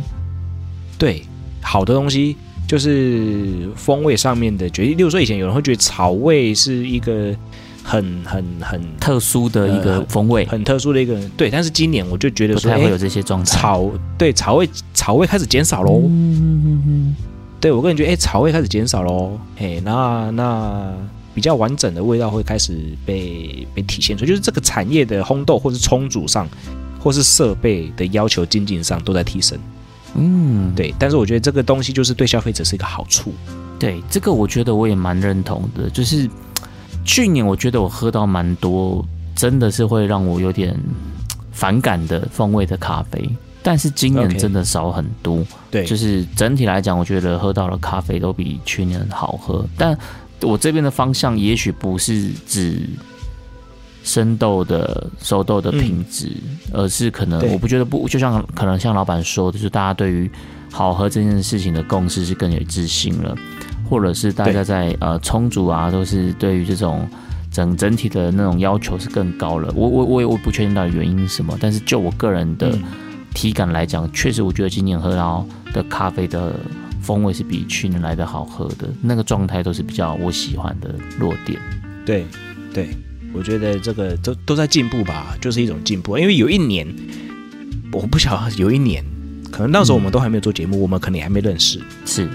S2: 对，好的东西就是风味上面的决定。例如说，以前有人会觉得草味是一个很很很
S1: 特殊的一个
S2: 呃
S1: 风味，
S2: 很特殊的一个对，但是今年我就觉得
S1: 不
S2: 说，
S1: 太会有
S2: 哎，
S1: 这些状态。
S2: 草对草味草味开始减少喽。
S1: 嗯嗯嗯
S2: 对我个人觉得，哎，草味开始减少喽。哎，那那。比较完整的味道会开始被被体现出来，就是这个产业的烘豆或是冲煮上，或是设备的要求精进上都在提升。
S1: 嗯，嗯
S2: 对，但是我觉得这个东西就是对消费者是一个好处。
S1: 对，这个我觉得我也蛮认同的。就是去年我觉得我喝到蛮多，真的是会让我有点反感的风味的咖啡，但是今年
S2: OK
S1: 真的少很多。
S2: 对，
S1: 就是整体来讲，我觉得喝到的咖啡都比去年好喝。但我这边的方向也许不是指生豆的熟豆的品质，而是可能
S2: 嗯对
S1: 我不觉得不，就像可能像老板说的，就是大家对于好喝这件事情的共识是更有一致性了，或者是大家
S2: 对
S1: 在呃冲煮啊，都是对于这种。整整体的那种要求是更高了，我我我也我不确定到底原因是什么，但是就我个人
S2: 嗯
S1: 的、体感来讲，确实我觉得今年喝到的咖啡的风味是比去年来的好喝的，那个状态都是比较我喜欢的落点。
S2: 对对，我觉得这个都都在进步吧，就是一种进步。因为有一年，我不晓得有一年，可能那时候我们都还没有做
S1: 嗯
S2: 节目，我们可能也还没认识。
S1: 是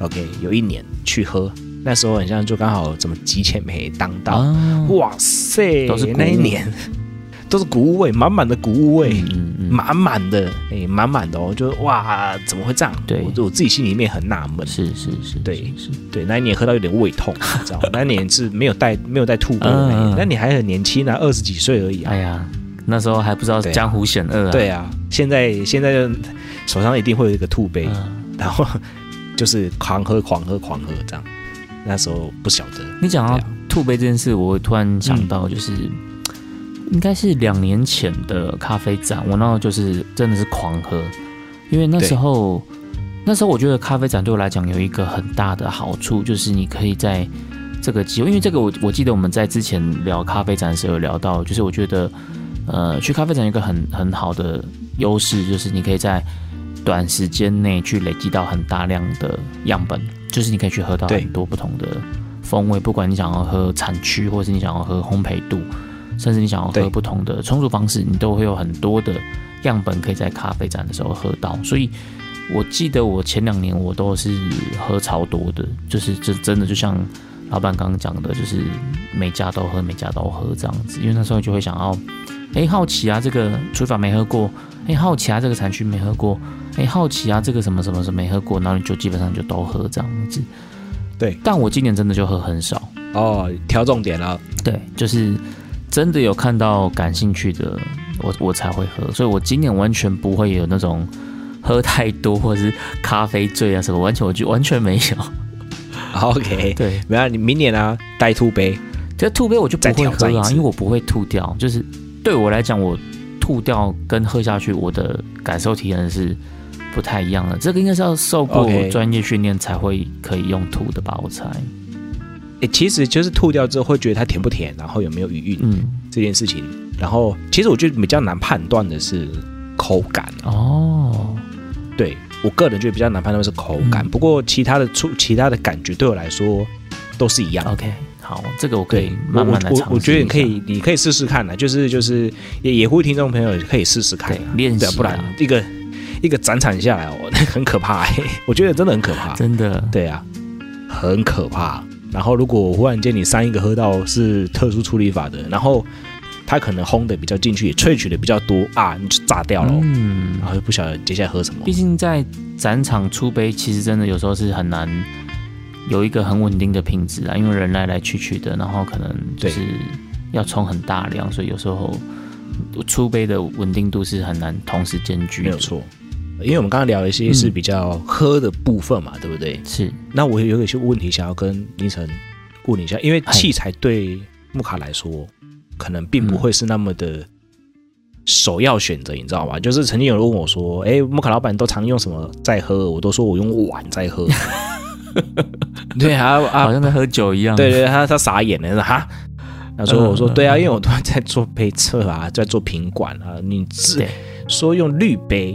S2: OK，有一年去喝，那时候很像就刚好怎么极浅梅当道，
S1: 啊，
S2: 哇塞，
S1: 都是谷
S2: 那一
S1: 物
S2: 年 *laughs* 都是谷物味，满满的谷物味。
S1: 嗯嗯，
S2: 满满的，哎、满满的哦，就是哇，怎么会这样？
S1: 对
S2: 我我自己心里面很纳闷。
S1: 是是是，
S2: 对
S1: 是是
S2: 对，那一年喝到有点胃痛，你知道吗？那一年是没有带没有带吐的那
S1: 嗯
S2: 一
S1: 嗯
S2: 年，那你还很年轻啊，二十几岁而已啊。
S1: 哎呀，那时候还不知道
S2: 对啊
S1: 江湖险恶啊。
S2: 对啊，现在现在就手上一定会有一个吐杯，
S1: 嗯，
S2: 然后就是狂喝狂喝狂喝这样。那时候不晓得，
S1: 你讲到
S2: 对啊嗯
S1: 吐杯这件事，我突然想到就是。应该是两年前的咖啡展，我那时候就是真的是狂喝，因为那
S2: 对
S1: 时候，那时候我觉得咖啡展对我来讲有一个很大的好处，就是你可以在这个机会，因为这个我我记得我们在之前聊咖啡展的时候有聊到，就是我觉得，呃，去咖啡展有一个很很好的优势，就是你可以在短时间内去累积到很大量的样本，就是你可以去喝到
S2: 对
S1: 很多不同的风味，不管你想要喝产区，或是你想要喝烘焙度，甚至你想要
S2: 对
S1: 喝不同的冲煮方式，你都会有很多的样本可以在咖啡展的时候喝到。所以我记得我前两年我都是喝超多的，就是这真的就像老板刚刚讲的，就是每家都喝，每家都喝这样子，因为那时候就会想要。哎，好奇啊，这个厨法没喝过。哎，好奇啊，这个产区没喝过。哎，好奇啊，这个什么什么什么没喝过，然后你就基本上就都喝这样子。
S2: 对，
S1: 但我今年真的就喝很少，
S2: 哦，挑重点了，
S1: 对，就是真的有看到感兴趣的，我我才会喝，所以我今年完全不会有那种喝太多或者是咖啡醉啊什么，完全我就完全没有。
S2: OK，
S1: *laughs* 对，
S2: 没有啊，你明年啊，带吐杯，
S1: 这吐杯我就不
S2: 再
S1: 会
S2: 挑战
S1: 喝
S2: 一
S1: 啊，
S2: 次
S1: 因为我不会吐掉，就是对我来讲，我吐掉跟喝下去我的感受体验是不太一样的，这个应该是要受过
S2: OK
S1: 专业训练才会可以用吐的吧，我猜。
S2: 诶，其实就是吐掉之后会觉得它甜不甜，然后有没有余韵、
S1: 嗯，
S2: 这件事情。然后其实我觉得比较难判断的是口感，
S1: 哦，
S2: 对我个人觉得比较难判断是口感。
S1: 嗯
S2: 不过其他的触其他的感觉对我来说都是一样的。
S1: OK，好，这个我哦可
S2: 对
S1: 以，慢慢来
S2: 我
S1: 尝试
S2: 我我觉得你可
S1: 一下
S2: 以，你可以试试看啦，就是就是也也呼吁听众朋友可以试试看
S1: 对
S2: 啊，
S1: 练习
S2: 对
S1: 啊
S2: 啊，不然一个一个展场下来哦， *laughs* 很可怕、欸，我觉得真的很可怕，
S1: *laughs* 真的
S2: 对啊，很可怕。然后如果忽然间你上一个喝到是特殊处理法的，然后它可能烘的比较进去，也萃取的比较多啊，你就炸掉了哦，
S1: 嗯
S2: 然，后就不晓得接下来喝什么
S1: 毕。竟在展场出杯，其实真的有时候是很难有一个很稳定的品质啊，因为人来来去去的，然后可能就是要冲很大量，所以有时候出杯的稳定度是很难同时兼具
S2: 没
S1: 的
S2: 有。错，因为我们刚刚聊了一些是比较喝的部分嘛，对不对？
S1: 是，
S2: 那我有一些问题想要跟倪晨问你一下，因为
S1: 嗨
S2: 器材对木卡来说，可能并不会是那么的首要选择，你知道吗？就是曾经有人问我说：“哎、木卡老板都常用什么在喝？”我都说我用碗在喝。对啊
S1: 好
S2: 啊，
S1: 像在喝酒一样。
S2: 对对，他他傻眼了，他说哈。他说：“我说对啊，因为我都在做杯测啊，在做品管啊。你自
S1: 对
S2: 说用滤杯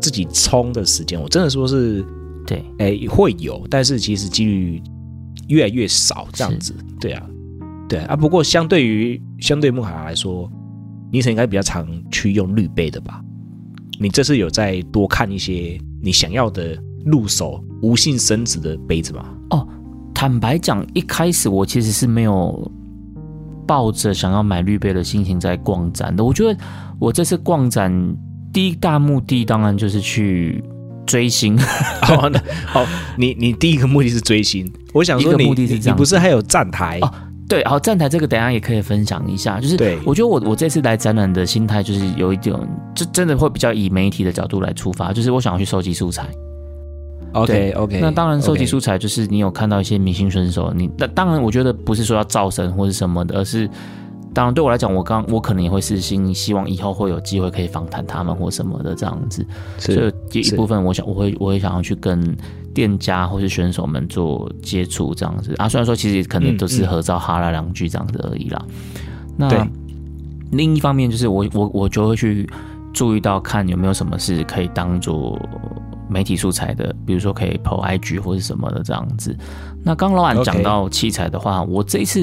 S2: 自己冲的时间，我真的说是
S1: 对，
S2: 哎、会有，但是其实几率越来越少，这样子，对啊，对啊。啊不过相对于相对木卡来说，尼晨应该比较常去用滤杯的吧？你这次有再多看一些你想要的入手无性生殖的杯
S1: *laughs*
S2: 子吗？
S1: 坦白讲，一开始我其实是没有抱着想要买绿杯的心情在逛展的。我觉得我这次逛展第一大目的当然就是去追星， *laughs*
S2: 哦，那哦，你你第一个目的是追星，我想说
S1: 一个
S2: 你
S1: 目的是
S2: 你
S1: 这
S2: 你
S1: 样
S2: 不是还有站台？
S1: 哦对，好，站台这个等一下也可以分享一下。就是
S2: 对
S1: 我觉得我我这次来展览的心态就是有一种，就真的会比较以媒体的角度来出发，就是我想要去收集素材。
S2: OK OK，
S1: 那当然，收集素材就是你有看到一些明星选手，你那当然，我觉得不是说要造神或是什么的，而是当然对我来讲，我刚我可能也会私心，希望以后会有机会可以访谈他们或什么的这样子。所以
S2: 是
S1: 有一
S2: 是
S1: 部分我想我会我会想要去跟店家或是选手们做接触这样子啊，虽然说其实可能
S2: 嗯
S1: 都是
S2: 嗯
S1: 合照哈拉两句这样子而已啦。
S2: 对
S1: 那另一方面就是我我我就会去注意到看有没有什么是可以当做媒体素材的，比如说可以 PO IG 或是什么的这样子。那刚刚老板
S2: OK
S1: 讲到器材的话我这一次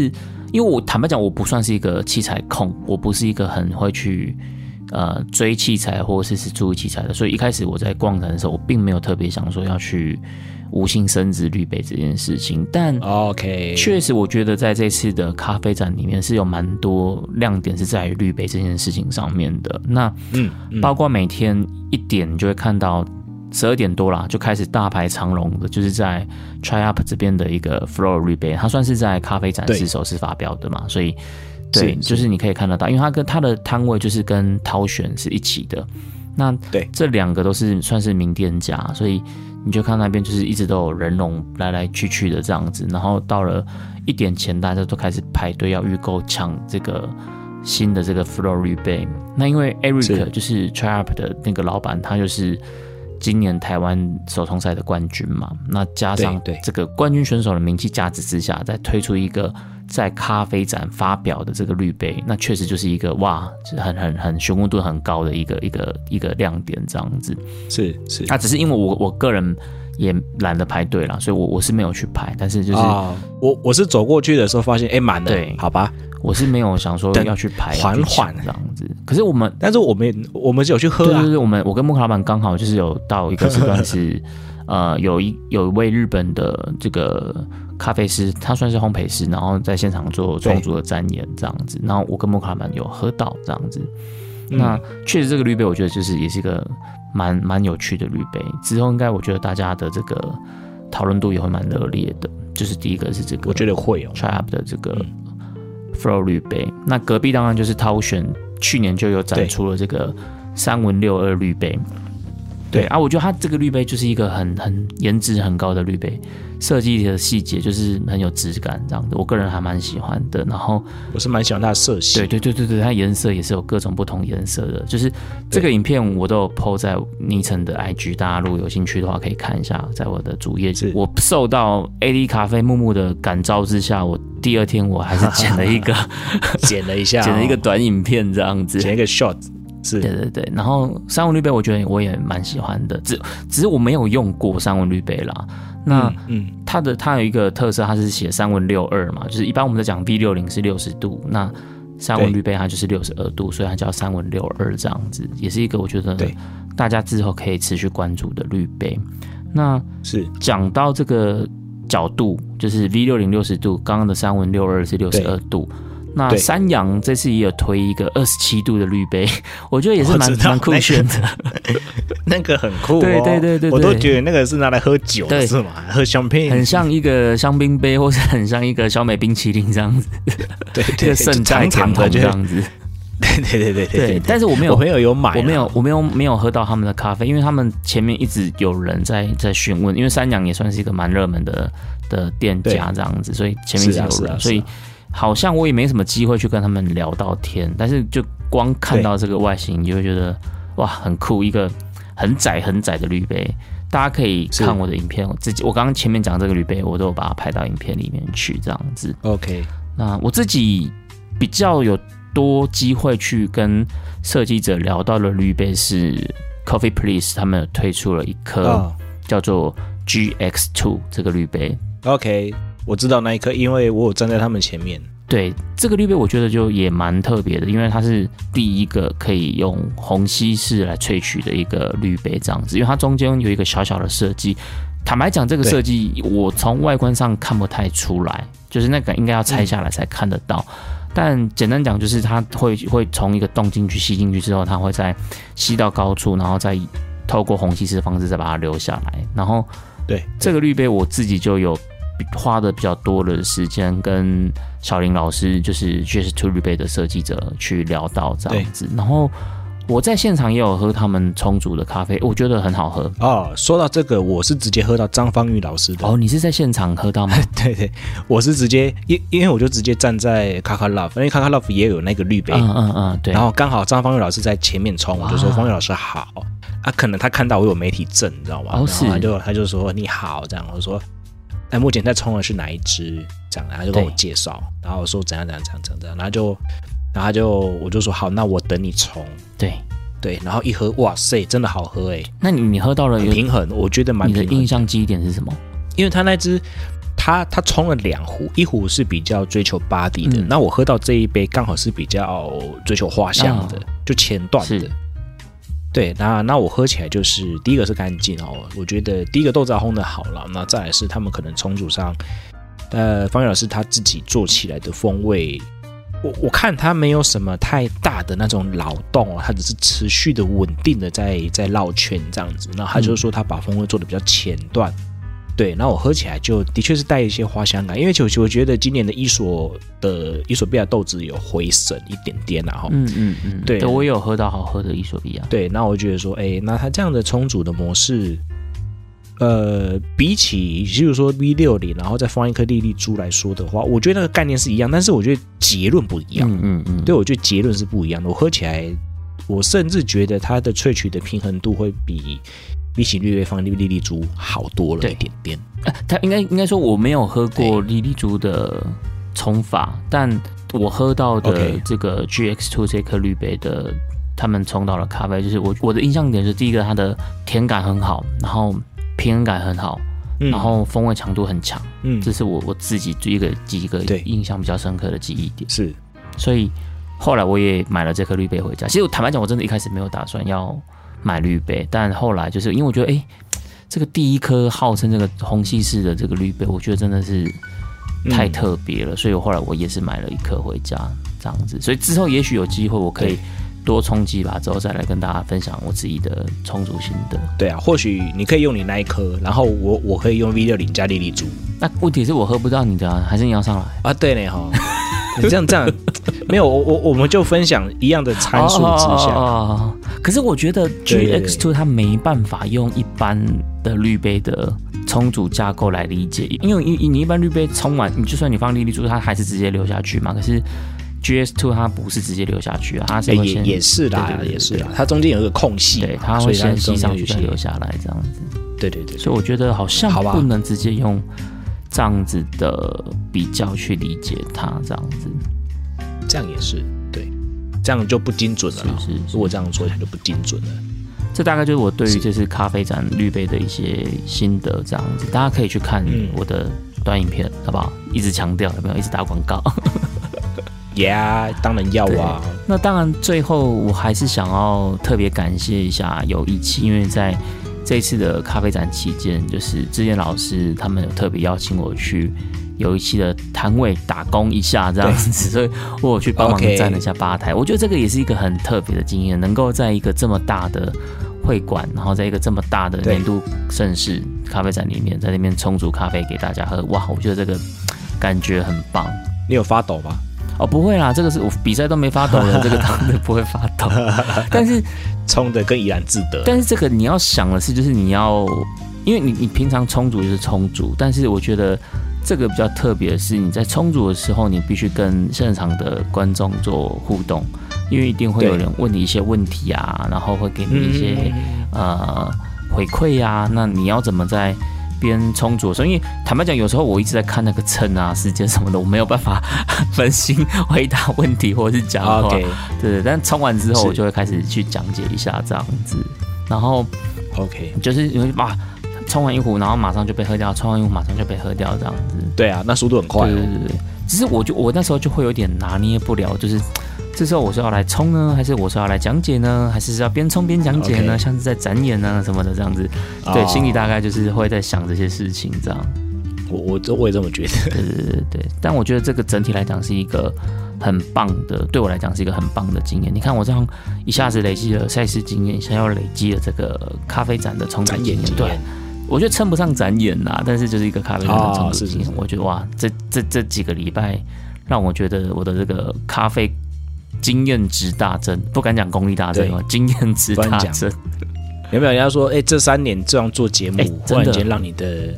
S1: 因为我坦白讲，我不算是一个器材控，我不是一个很会去呃追器材或者是注意器材的，所以一开始我在逛展的时候，我并没有特别想说要去无性生殖绿杯这件事情，但
S2: OK，
S1: 确实，我觉得在这次的咖啡展里面是有蛮多亮点是在于绿杯这件事情上面的。那
S2: 嗯嗯
S1: 包括每天一点，你就会看到十二点多啦，就开始大排长龙的，就是在 Try Up 这边的一个 Flow 绿杯，它算是在咖啡展
S2: 对
S1: 示首次发表的嘛，所以对，
S2: 嗯是
S1: 就是你可以看得到，因为它跟它的摊位就是跟涛选是一起的。那
S2: 对
S1: 这两个都是算是名店家，所以你就看那边就是一直都有人龙来来去去的这样子，然后到了一点前，大家都开始排队要预购抢这个新的这个 Flory Bay。那因为
S2: 是
S1: Eric 就是 Trap 的那个老板，他就是今年台湾手冲赛的冠军嘛，那加上
S2: 对对
S1: 这个冠军选手的名气价值之下，再推出一个在咖啡展发表的这个滤杯，那确实就是一个哇，就是很很很询问度很高的一个一个一个亮点这样子。
S2: 是是
S1: 那、只是因为我我个人也懒得排队啦，所以我我是没有去排，但是就是
S2: 啊，我我是走过去的时候发现，哎，满了，
S1: 对
S2: 好吧。
S1: 我是没有想说
S2: 等
S1: 要去排啊
S2: 缓
S1: 要去抢
S2: 缓
S1: 这样子。可是我们
S2: 但是我们我们是有去喝
S1: 对
S2: 啊
S1: 对，对，我们我跟木卡老板刚好就是有到一个时段
S2: *laughs*
S1: 是，呃，有一有一位日本的这个咖啡师，他算是烘焙师，然后在现场做
S2: 对
S1: 充足的展演这样子。然后我跟木卡老板有喝到这样子。
S2: 嗯
S1: 那确实这个绿杯，我觉得就是也是一个蛮蛮有趣的绿杯。之后应该我觉得大家的这个讨论度也会蛮热烈的。就是第一个是这个，
S2: 我觉得会哦。
S1: t r a p 的这个 Flow 绿杯。那隔壁当然就是涛选，去年就有展出了这个三文六二绿杯。
S2: 对
S1: 对啊，我觉得它这个绿杯就是一个很很颜值很高的绿杯，设计的细节就是很有质感这样的，我个人还蛮喜欢的。然后
S2: 我是蛮喜欢它的色系，
S1: 对对对对对，它颜色也是有各种不同颜色的。就是这个影片我都有 PO 在昵称的 IG，大家如果有兴趣的话可以看一下，在我的主页
S2: 是。
S1: 我受到 AD 咖啡木木的感召之下，我第二天我还是剪了一
S2: *laughs*
S1: 个
S2: 剪了一下哦，
S1: *laughs* 剪了一个短影片这样子。
S2: 剪了一个 shot，
S1: 对
S2: 是
S1: 对对，然后三文绿杯我觉得我也蛮喜欢的，只只是我没有用过三文绿杯啦。那、
S2: 嗯
S1: 它的它有一个特色，它是写三文六二嘛，就是一般我们在讲 V 六零是六十度，那三文
S2: 对
S1: 绿杯它就是六十二度，所以它叫三文六二这样子，也是一个我觉得
S2: 对
S1: 大家之后可以持续关注的绿杯。那
S2: 是
S1: 讲到这个角度，就是 V 六零六十度，刚刚的三文六二是六十二度。那
S2: 对
S1: 三阳这次也有推一个二十七度的绿杯， *laughs* 我觉得也是
S2: 我
S1: 蛮
S2: 知道
S1: 蛮酷
S2: 那个
S1: 炫的。
S2: 那个很酷哦，
S1: 对对对对
S2: 我都
S1: 对
S2: 觉得那个是拿来喝酒的
S1: 对
S2: 是吗？喝 champagne，
S1: 很像一个香槟杯，或是很像一个小美冰淇淋这样子，
S2: 对
S1: 一
S2: 对
S1: 个圣
S2: 长
S1: 代甜
S2: 长
S1: 筒
S2: 的，
S1: 这
S2: 就是
S1: 样子。
S2: 对对对对
S1: 对
S2: 对，
S1: 但是我没有
S2: 我朋友有买，啊
S1: 我没，有，我没有，没有喝到他们的咖啡，因为他们前面一直有人在在询问，因为三洋也算是一个蛮热门的的店家这样子，所以前面一直有人，
S2: 是啊是啊
S1: 所以
S2: 是啊
S1: 好像我也没什么机会去跟他们聊到天，但是就光看到这个外形，你就会觉得哇，很酷，一个很窄很窄的绿杯。大家可以
S2: 是
S1: 看我的影片，我自己我刚刚前面讲这个绿杯，我都有把它拍到影片里面去，这样子。
S2: OK，
S1: 那我自己比较有多机会去跟设计者聊到的绿杯是 Coffee Please，他们有推出了一颗
S2: 啊
S1: 叫做 GX Two 这个绿杯。
S2: ，OK，我知道那一刻，因为我有站在他们前面，
S1: 对这个绿杯，我觉得就也蛮特别的，因为它是第一个可以用虹吸式来萃取的一个绿杯这样子，因为它中间有一个小小的设计。坦白讲，这个
S2: 对
S1: 设计我从外观上看不太出来，就是那个应该要拆下来才看得到。但简单讲，就是它会会从一个洞进去吸进去之后，它会再吸到高处，然后再透过虹吸式的方式再把它留下来。然后
S2: 对，
S1: 这个绿杯我自己就有比花的比较多的时间跟小林老师，就是确实 Two 绿杯的设计者去聊到这样子。然后我在现场也有喝他们冲煮的咖啡，我觉得很好喝。
S2: 哦，说到这个，我是直接喝到张方玉老师的，
S1: 哦，你是在现场喝
S2: *laughs*
S1: 到吗？
S2: 对对，我是直接，因因为我就直接站在卡卡 love，因为卡卡 love 也有那个绿杯，
S1: 嗯嗯嗯，对。
S2: 然后刚好张方玉老师在前面冲，我就说
S1: 哇
S2: 方玉老师好啊，可能他看到我有媒体证，你知道吗？
S1: 哦
S2: 然后他
S1: 是
S2: 就他就说你好这样，我说哎，目前在冲的是哪一支？这样，然后他就跟我
S1: 对
S2: 介绍，然后我说怎样怎样怎样怎样怎样，然后就然后他就我就说好，那我等你冲，
S1: 对，
S2: 对，然后一喝，哇塞，真的好喝哎，
S1: 那你你喝到了
S2: 很
S1: 有
S2: 平衡，我觉得蛮
S1: 你的
S2: 平衡
S1: 印象记忆点是什么？
S2: 因为他那只他他冲了两壶，一壶是比较追求 body 的，那我喝到这一杯刚好是比较追求花香的，
S1: 啊
S2: 就前段的
S1: 是。
S2: 对，那那我喝起来就是第一个是干净哦，我觉得第一个豆子要烘的好了，那再来是他们可能冲煮上，呃，方宇老师他自己做起来的风味，我我看他没有什么太大的那种劳动哦，他只是持续的稳定的在在绕圈这样子，那他就是说他把风味做的比较前段，对，那我喝起来就的确是带一些花香感，因为其实我觉得今年的伊索的伊索比亚豆子有回升一点点啦、啊、哈。
S1: 嗯嗯嗯，
S2: 对
S1: 我也有喝到好喝的伊索比亚。
S2: 对，那我觉得说，哎，那它这样的充足的模式，呃，比起比如说 V 六零，然后再放一颗粒粒珠来说的话，我觉得那个概念是一样，但是我觉得结论不一样。
S1: 嗯嗯嗯，
S2: 对，我觉得结论是不一样的。我喝起来，我甚至觉得它的萃取的平衡度会比比起绿叶坊、绿丽珠好多了
S1: 对
S2: 一点点。
S1: 呃它应该应该说我没有喝过莉莉珠的冲法，但我喝到的
S2: OK
S1: 这个 GX Two 这颗绿杯的，他们冲到了咖啡，就是我我的印象点是第一个它的甜感很好，然后平衡感很好，
S2: 嗯
S1: 然后风味强度很强，
S2: 嗯
S1: 这是我我自己第一个几个
S2: 对
S1: 印象比较深刻的记忆点。
S2: 是
S1: 所以后来我也买了这颗绿杯回家。其实我坦白讲，我真的一开始没有打算要买绿杯，但后来就是因为我觉得，哎、这个第一颗号称这个红系式的这个绿杯，我觉得真的是太
S2: 嗯
S1: 特别了，所以我后来我也是买了一颗回家，这样子。所以之后也许有机会，我可以
S2: 对
S1: 多冲击吧，之后再来跟大家分享我自己的充足心得。
S2: 对啊，或许你可以用你那一颗，然后我我可以用 V 六零加莉莉珠
S1: 那问题是我喝不到你的、啊，还是你要上来？
S2: 啊。对呢哈， *laughs* 你这样这样没有我我我们就分享一样的参数之
S1: 哦哦
S2: 下，
S1: 哦哦可是我觉得
S2: 对对
S1: GX Two 它没办法用一般的滤杯的冲煮架构来理解，因为你你一般滤杯冲完，你就算你放粒粒珠，它还是直接流下去嘛。可是 GS Two 它不是直接流下去啊，它是
S2: 哎
S1: 会
S2: 也
S1: 先
S2: 也是
S1: 对
S2: 啦，
S1: 对对
S2: 也是啦，它中间有一个空隙
S1: 对，
S2: 嘛，
S1: 它
S2: 所
S1: 会
S2: 以它
S1: 先吸
S2: 中
S1: 上
S2: 间有
S1: 去
S2: 一
S1: 再
S2: 些
S1: 流下来这样子。
S2: 对对对，
S1: 所以我觉得好像
S2: 好吧
S1: 不能直接用这样子的比较去理解它，这样子
S2: 这样也是对，这样就不精准了啦。
S1: 是是是
S2: 如果这样说，它就不精准了。
S1: 这大概就是我对于这次咖啡展绿杯的一些心得，这样子，大家可以去看
S2: 嗯
S1: 我的短影片，好不好？一直强调有没有？一直打广告。
S2: 呀，当然要啊，
S1: 那当然，最后我还是想要特别感谢一下有义气，因为在这次的咖啡展期间，就是志健老师他们有特别邀请我去有一期的摊位打工一下这样子，所以我有去帮忙
S2: OK
S1: 站了一下吧台。我觉得这个也是一个很特别的经验，能够在一个这么大的会馆，然后在一个这么大的
S2: 对
S1: 年度盛事咖啡展里面，在那边冲煮咖啡给大家喝，哇，我觉得这个感觉很棒。
S2: 你有发抖吗？
S1: 哦，不会啦，这个是我比赛都没发抖的，这
S2: *laughs*
S1: 个当然不会发抖。但是，
S2: 冲的跟怡然自得。
S1: 但是这个你要想的是，就是你要，因为你你平常充足就是充足，但是我觉得这个比较特别的是，你在充足的时候，你必须跟现场的观众做互动，因为一定会有
S2: 对
S1: 人问你一些问题啊，然后会给你一些。
S2: 嗯，
S1: 呃回馈呀、那你要怎么在边充足的时候？因为坦白讲，有时候我一直在看那个秤啊、时间什么的，我没有办法分心回答问题或是讲话。
S2: *laughs* OK
S1: 对对，但冲完之后，
S2: 是
S1: 我就会开始去讲解一下这样子。然后
S2: OK，
S1: 就是因为哇，冲完一壶，然后马上就被喝掉；冲完一壶，马上就被喝掉，这样子。
S2: 对啊，那速度很
S1: 嗯
S2: 快
S1: 对对
S2: 哦。
S1: 对对，只是我就我那时候就会有点拿捏不了，就是这时候我是要来冲呢，还是我是要来讲解呢，还是是要边冲边讲解呢
S2: OK
S1: 像是在展演呢什么的这样子。对
S2: 哦
S1: 心里大概就是会在想这些事情这样。
S2: 我我这我也这么觉得。
S1: 对对对对对，但我觉得这个整体来讲是一个很棒的，对我来讲是一个很棒的经验。你看我这样一下子累积了赛事经验，一下又累积了这个咖啡展的冲突
S2: 展
S1: 经
S2: 演
S1: 验，
S2: 经
S1: 对
S2: 验。
S1: 我觉得称不上展演啦，但是就是一个咖啡展的
S2: 哦
S1: 冲突
S2: 是是
S1: 经验。
S2: 是
S1: 我觉得哇，这这这几个礼拜让我觉得我的这个咖啡经验值大增，不敢讲功力大增哦，经验值
S2: 不
S1: 大
S2: 敢讲
S1: 增。
S2: 有没有人家说，哎、这三年这样做节目
S1: 哎，
S2: 忽
S1: 真的
S2: 然间让你的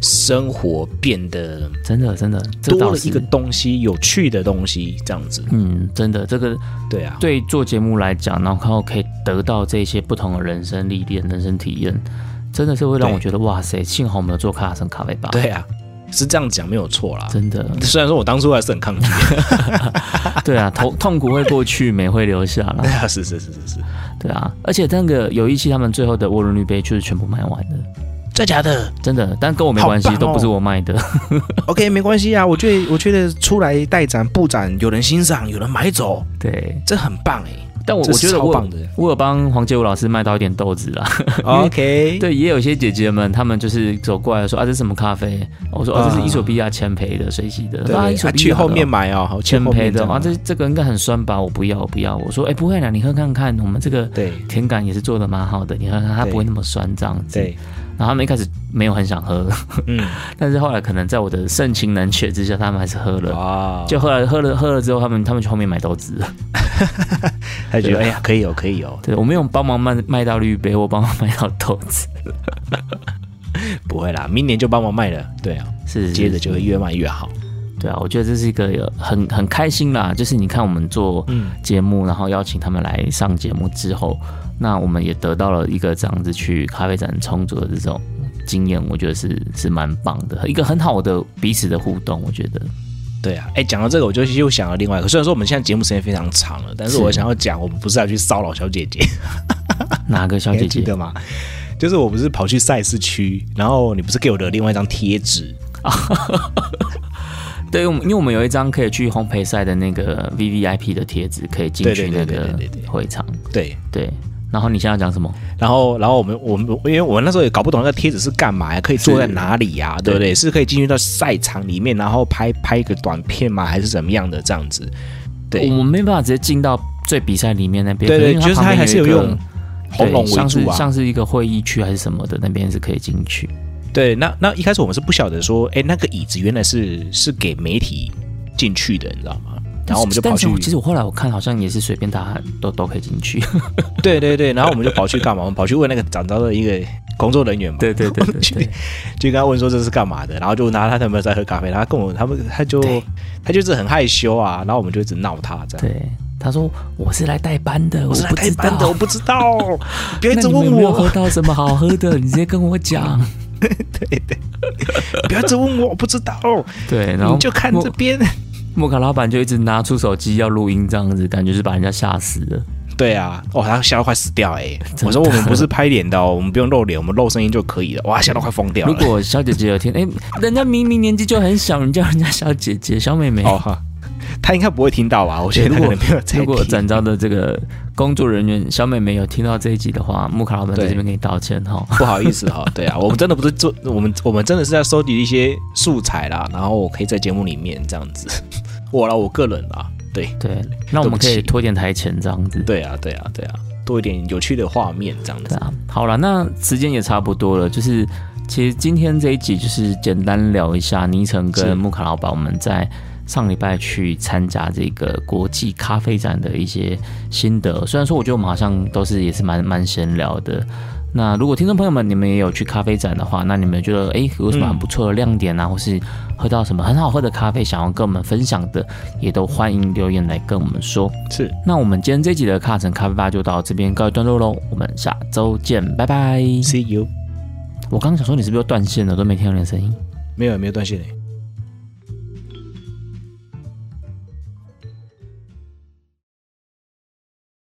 S2: 生活变得
S1: 真的真的，这
S2: 多
S1: 倒
S2: 了
S1: 是
S2: 一个东西，有趣的东西，这样子。
S1: 嗯，真的这个
S2: 对啊，
S1: 对做节目来讲，然后可以得到这些不同的人生历练、人生体验，真的是会让
S2: 对
S1: 我觉得哇塞，幸好我们有做卡拉森咖啡吧。，
S2: 对啊，是这样讲没有错啦。
S1: 真的，
S2: 虽然说我当初还是很抗拒， *laughs*
S1: 对啊，痛痛苦会过去，美会留下啦
S2: 对。啊，是是是是是，
S1: 对啊，而且那个有一期他们最后的涡轮绿杯就是全部卖完的，
S2: 真假的
S1: 真的，但跟我没关系，
S2: 好棒哦
S1: 都不是我卖的。 *laughs*
S2: ？OK，没关系啊，我觉得我觉得出来带展布展，有人欣赏，有人买走，
S1: 对，
S2: 这很棒哎、
S1: 但我
S2: 这
S1: 我
S2: 是
S1: 觉得
S2: 超
S1: 我
S2: 棒
S1: 有 *laughs*
S2: 的。
S1: 我有帮黄杰武老师卖到一点豆子啦。
S2: OK，
S1: 对，也有一些姐姐们，她们就是走过来说啊，这是什么咖啡？我说哦、这是伊索比亚千培的，水洗的。
S2: 啊对，
S1: 啊，伊
S2: 啊
S1: 索比亚
S2: 去
S1: 的
S2: 后
S1: 哦
S2: 面买哦，好去
S1: 千
S2: 后
S1: 培
S2: 面
S1: 的
S2: 再买
S1: 啊，这这个应该很酸吧？我不要，我不要。我说，哎、不会啦，你喝看看，我们这个
S2: 对
S1: 甜感也是做的蛮好的，你喝看，它
S2: 对
S1: 不会那么酸这样子。 *laughs*
S2: 对，
S1: 然后他们一开始没有很想喝，
S2: 嗯
S1: *laughs* 但是后来可能在我的盛情难却之下，他们还是喝了。
S2: 啊，
S1: 就后来喝了喝了之后，他们他们去后面买豆子 *laughs* 了。
S2: 他觉
S1: 对
S2: 得哎呀，可以哦，可以哦，
S1: 对我没有帮忙卖卖到绿杯，我帮忙卖到豆子。
S2: 不会啦，明年就帮忙卖了。对啊，
S1: *laughs* 是是
S2: 接着就会
S1: 是
S2: 越卖越好。
S1: 对啊，我觉得这是一个很很开心啦。就是你看我们做
S2: 嗯
S1: 节目，然后邀请他们来上节目之后，那我们也得到了一个这样子去咖啡展充足的这种经验，我觉得是是蛮棒的，一个很好的彼此的互动。我觉得
S2: 对啊，哎，讲到这个，我就又想到另外一个。虽然说我们现在节目时间非常长了，但是
S1: 是
S2: 我想要讲，我们不是要去骚扰小
S1: *laughs*
S2: 姐姐，
S1: *laughs* 哪个小
S2: *laughs* 你还
S1: 姐
S2: 记
S1: 姐
S2: 得吗？就是我不是跑去赛事区，然后你不是给我的另外一张贴纸，
S1: 对，我们因为我们有一张可以去烘焙赛的那个 V V I P 的贴纸，可以进去那
S2: 对对对对
S1: 个
S2: 对对对
S1: 会场。
S2: 对，
S1: 对，然后你现在要讲什么？
S2: 然后，然后我们我们因为我那时候也搞不懂那个贴纸是干嘛呀，可以坐在哪里呀、对不对？是可以进去到赛场里面，然后拍拍一个短片吗？还是怎么样的这样子？对
S1: 我们没办法直接进到最比赛里面那边，
S2: 对
S1: 可
S2: 对
S1: 能因为
S2: 就是
S1: 它旁
S2: 它
S1: 边
S2: 还是
S1: 有一
S2: 有
S1: 个
S2: 用红龙
S1: 对
S2: 围
S1: 像
S2: 住
S1: 是
S2: 啊，
S1: 像是一个会议区还是什么的，那边是可以进去。
S2: 对。那那一开始我们是不晓得说，哎，那个椅子原来是是给媒体进去的，你知道吗？然后我们就
S1: 但
S2: 跑
S1: 是
S2: 去， *laughs*
S1: 其实我后来我看好像也是随便大家都都可以进去。
S2: 对对对，然后我们就跑去干嘛？我们跑去问那个长招的一个工作人员嘛，
S1: 对对对对
S2: 去
S1: 对，
S2: *laughs* 就跟他问说这是干嘛的，然后就拿他他们在喝咖啡，然后他跟我他们他就
S1: 对
S2: 他就是很害羞啊，然后我们就一直闹他这样。
S1: 对，他说我是来代班的，
S2: 我是
S1: 不
S2: 来代
S1: 知
S2: 班的，
S1: 道。
S2: 我不知道， *laughs* 别一
S1: 那
S2: 直
S1: 你们
S2: 问
S1: 有没有喝
S2: 我，
S1: 到什么好喝的？你直接跟我讲。 *laughs*
S2: 不要一直问我，我不知 *laughs* 道，
S1: 对，然后
S2: 你就看
S1: 莫
S2: 这边。
S1: 莫卡老板就一直拿出手机要录音，这样子感觉是把人家吓死了。
S2: 对啊，哦，他吓到快死掉哎、
S1: 的
S2: 我说我们不是拍脸的、哦，我们不用露脸，我们露声音就可以了。哇，吓到快疯掉
S1: 如
S2: 了。
S1: 果小姐姐有听，哎、人家明明年纪就很小，你叫人家小姐姐、小妹妹。
S2: 哦哈，他应该不会听到吧？我觉得他
S1: 如
S2: 可
S1: 果
S2: 能没有在
S1: 如果
S2: 听。
S1: 展昭的这个工作人员小美美有听到这一集的话，木卡老板在这边给你道歉哈。
S2: 不好意思哈、对啊，我们真的不是做，我们我们真的是在收集一些素材啦，然后我可以在节目里面这样子， *laughs* 我啦，我个人啦，对
S1: 对，那我们可
S2: 对
S1: 以
S2: 不起
S1: 拖点台前这样子。
S2: 对啊，对啊，对啊，多一点有趣的画面这样
S1: 对
S2: 子，
S1: 啊，好了，那时间也差不多了，就是其实今天这一集就是简单聊一下倪晨
S2: 是
S1: 跟木卡老板我们在上礼拜去参加这个国际咖啡展的一些心得。虽然说我觉得我们好像都是也是蛮蛮闲聊的。那如果听众朋友们你们也有去咖啡展的话，那你们觉得诶有什么很不错的亮点啊，或是喝到什么很好喝的咖啡，想要跟我们分享的，也都欢迎留言来跟我们说。
S2: 是。
S1: 那我们今天这集的卡城咖啡吧就到这边告一段落喽，我们下周见，拜拜。
S2: See you。
S1: 我刚刚想说你是不是又断线了，都没听到你的声音。
S2: 没有没有断线诶。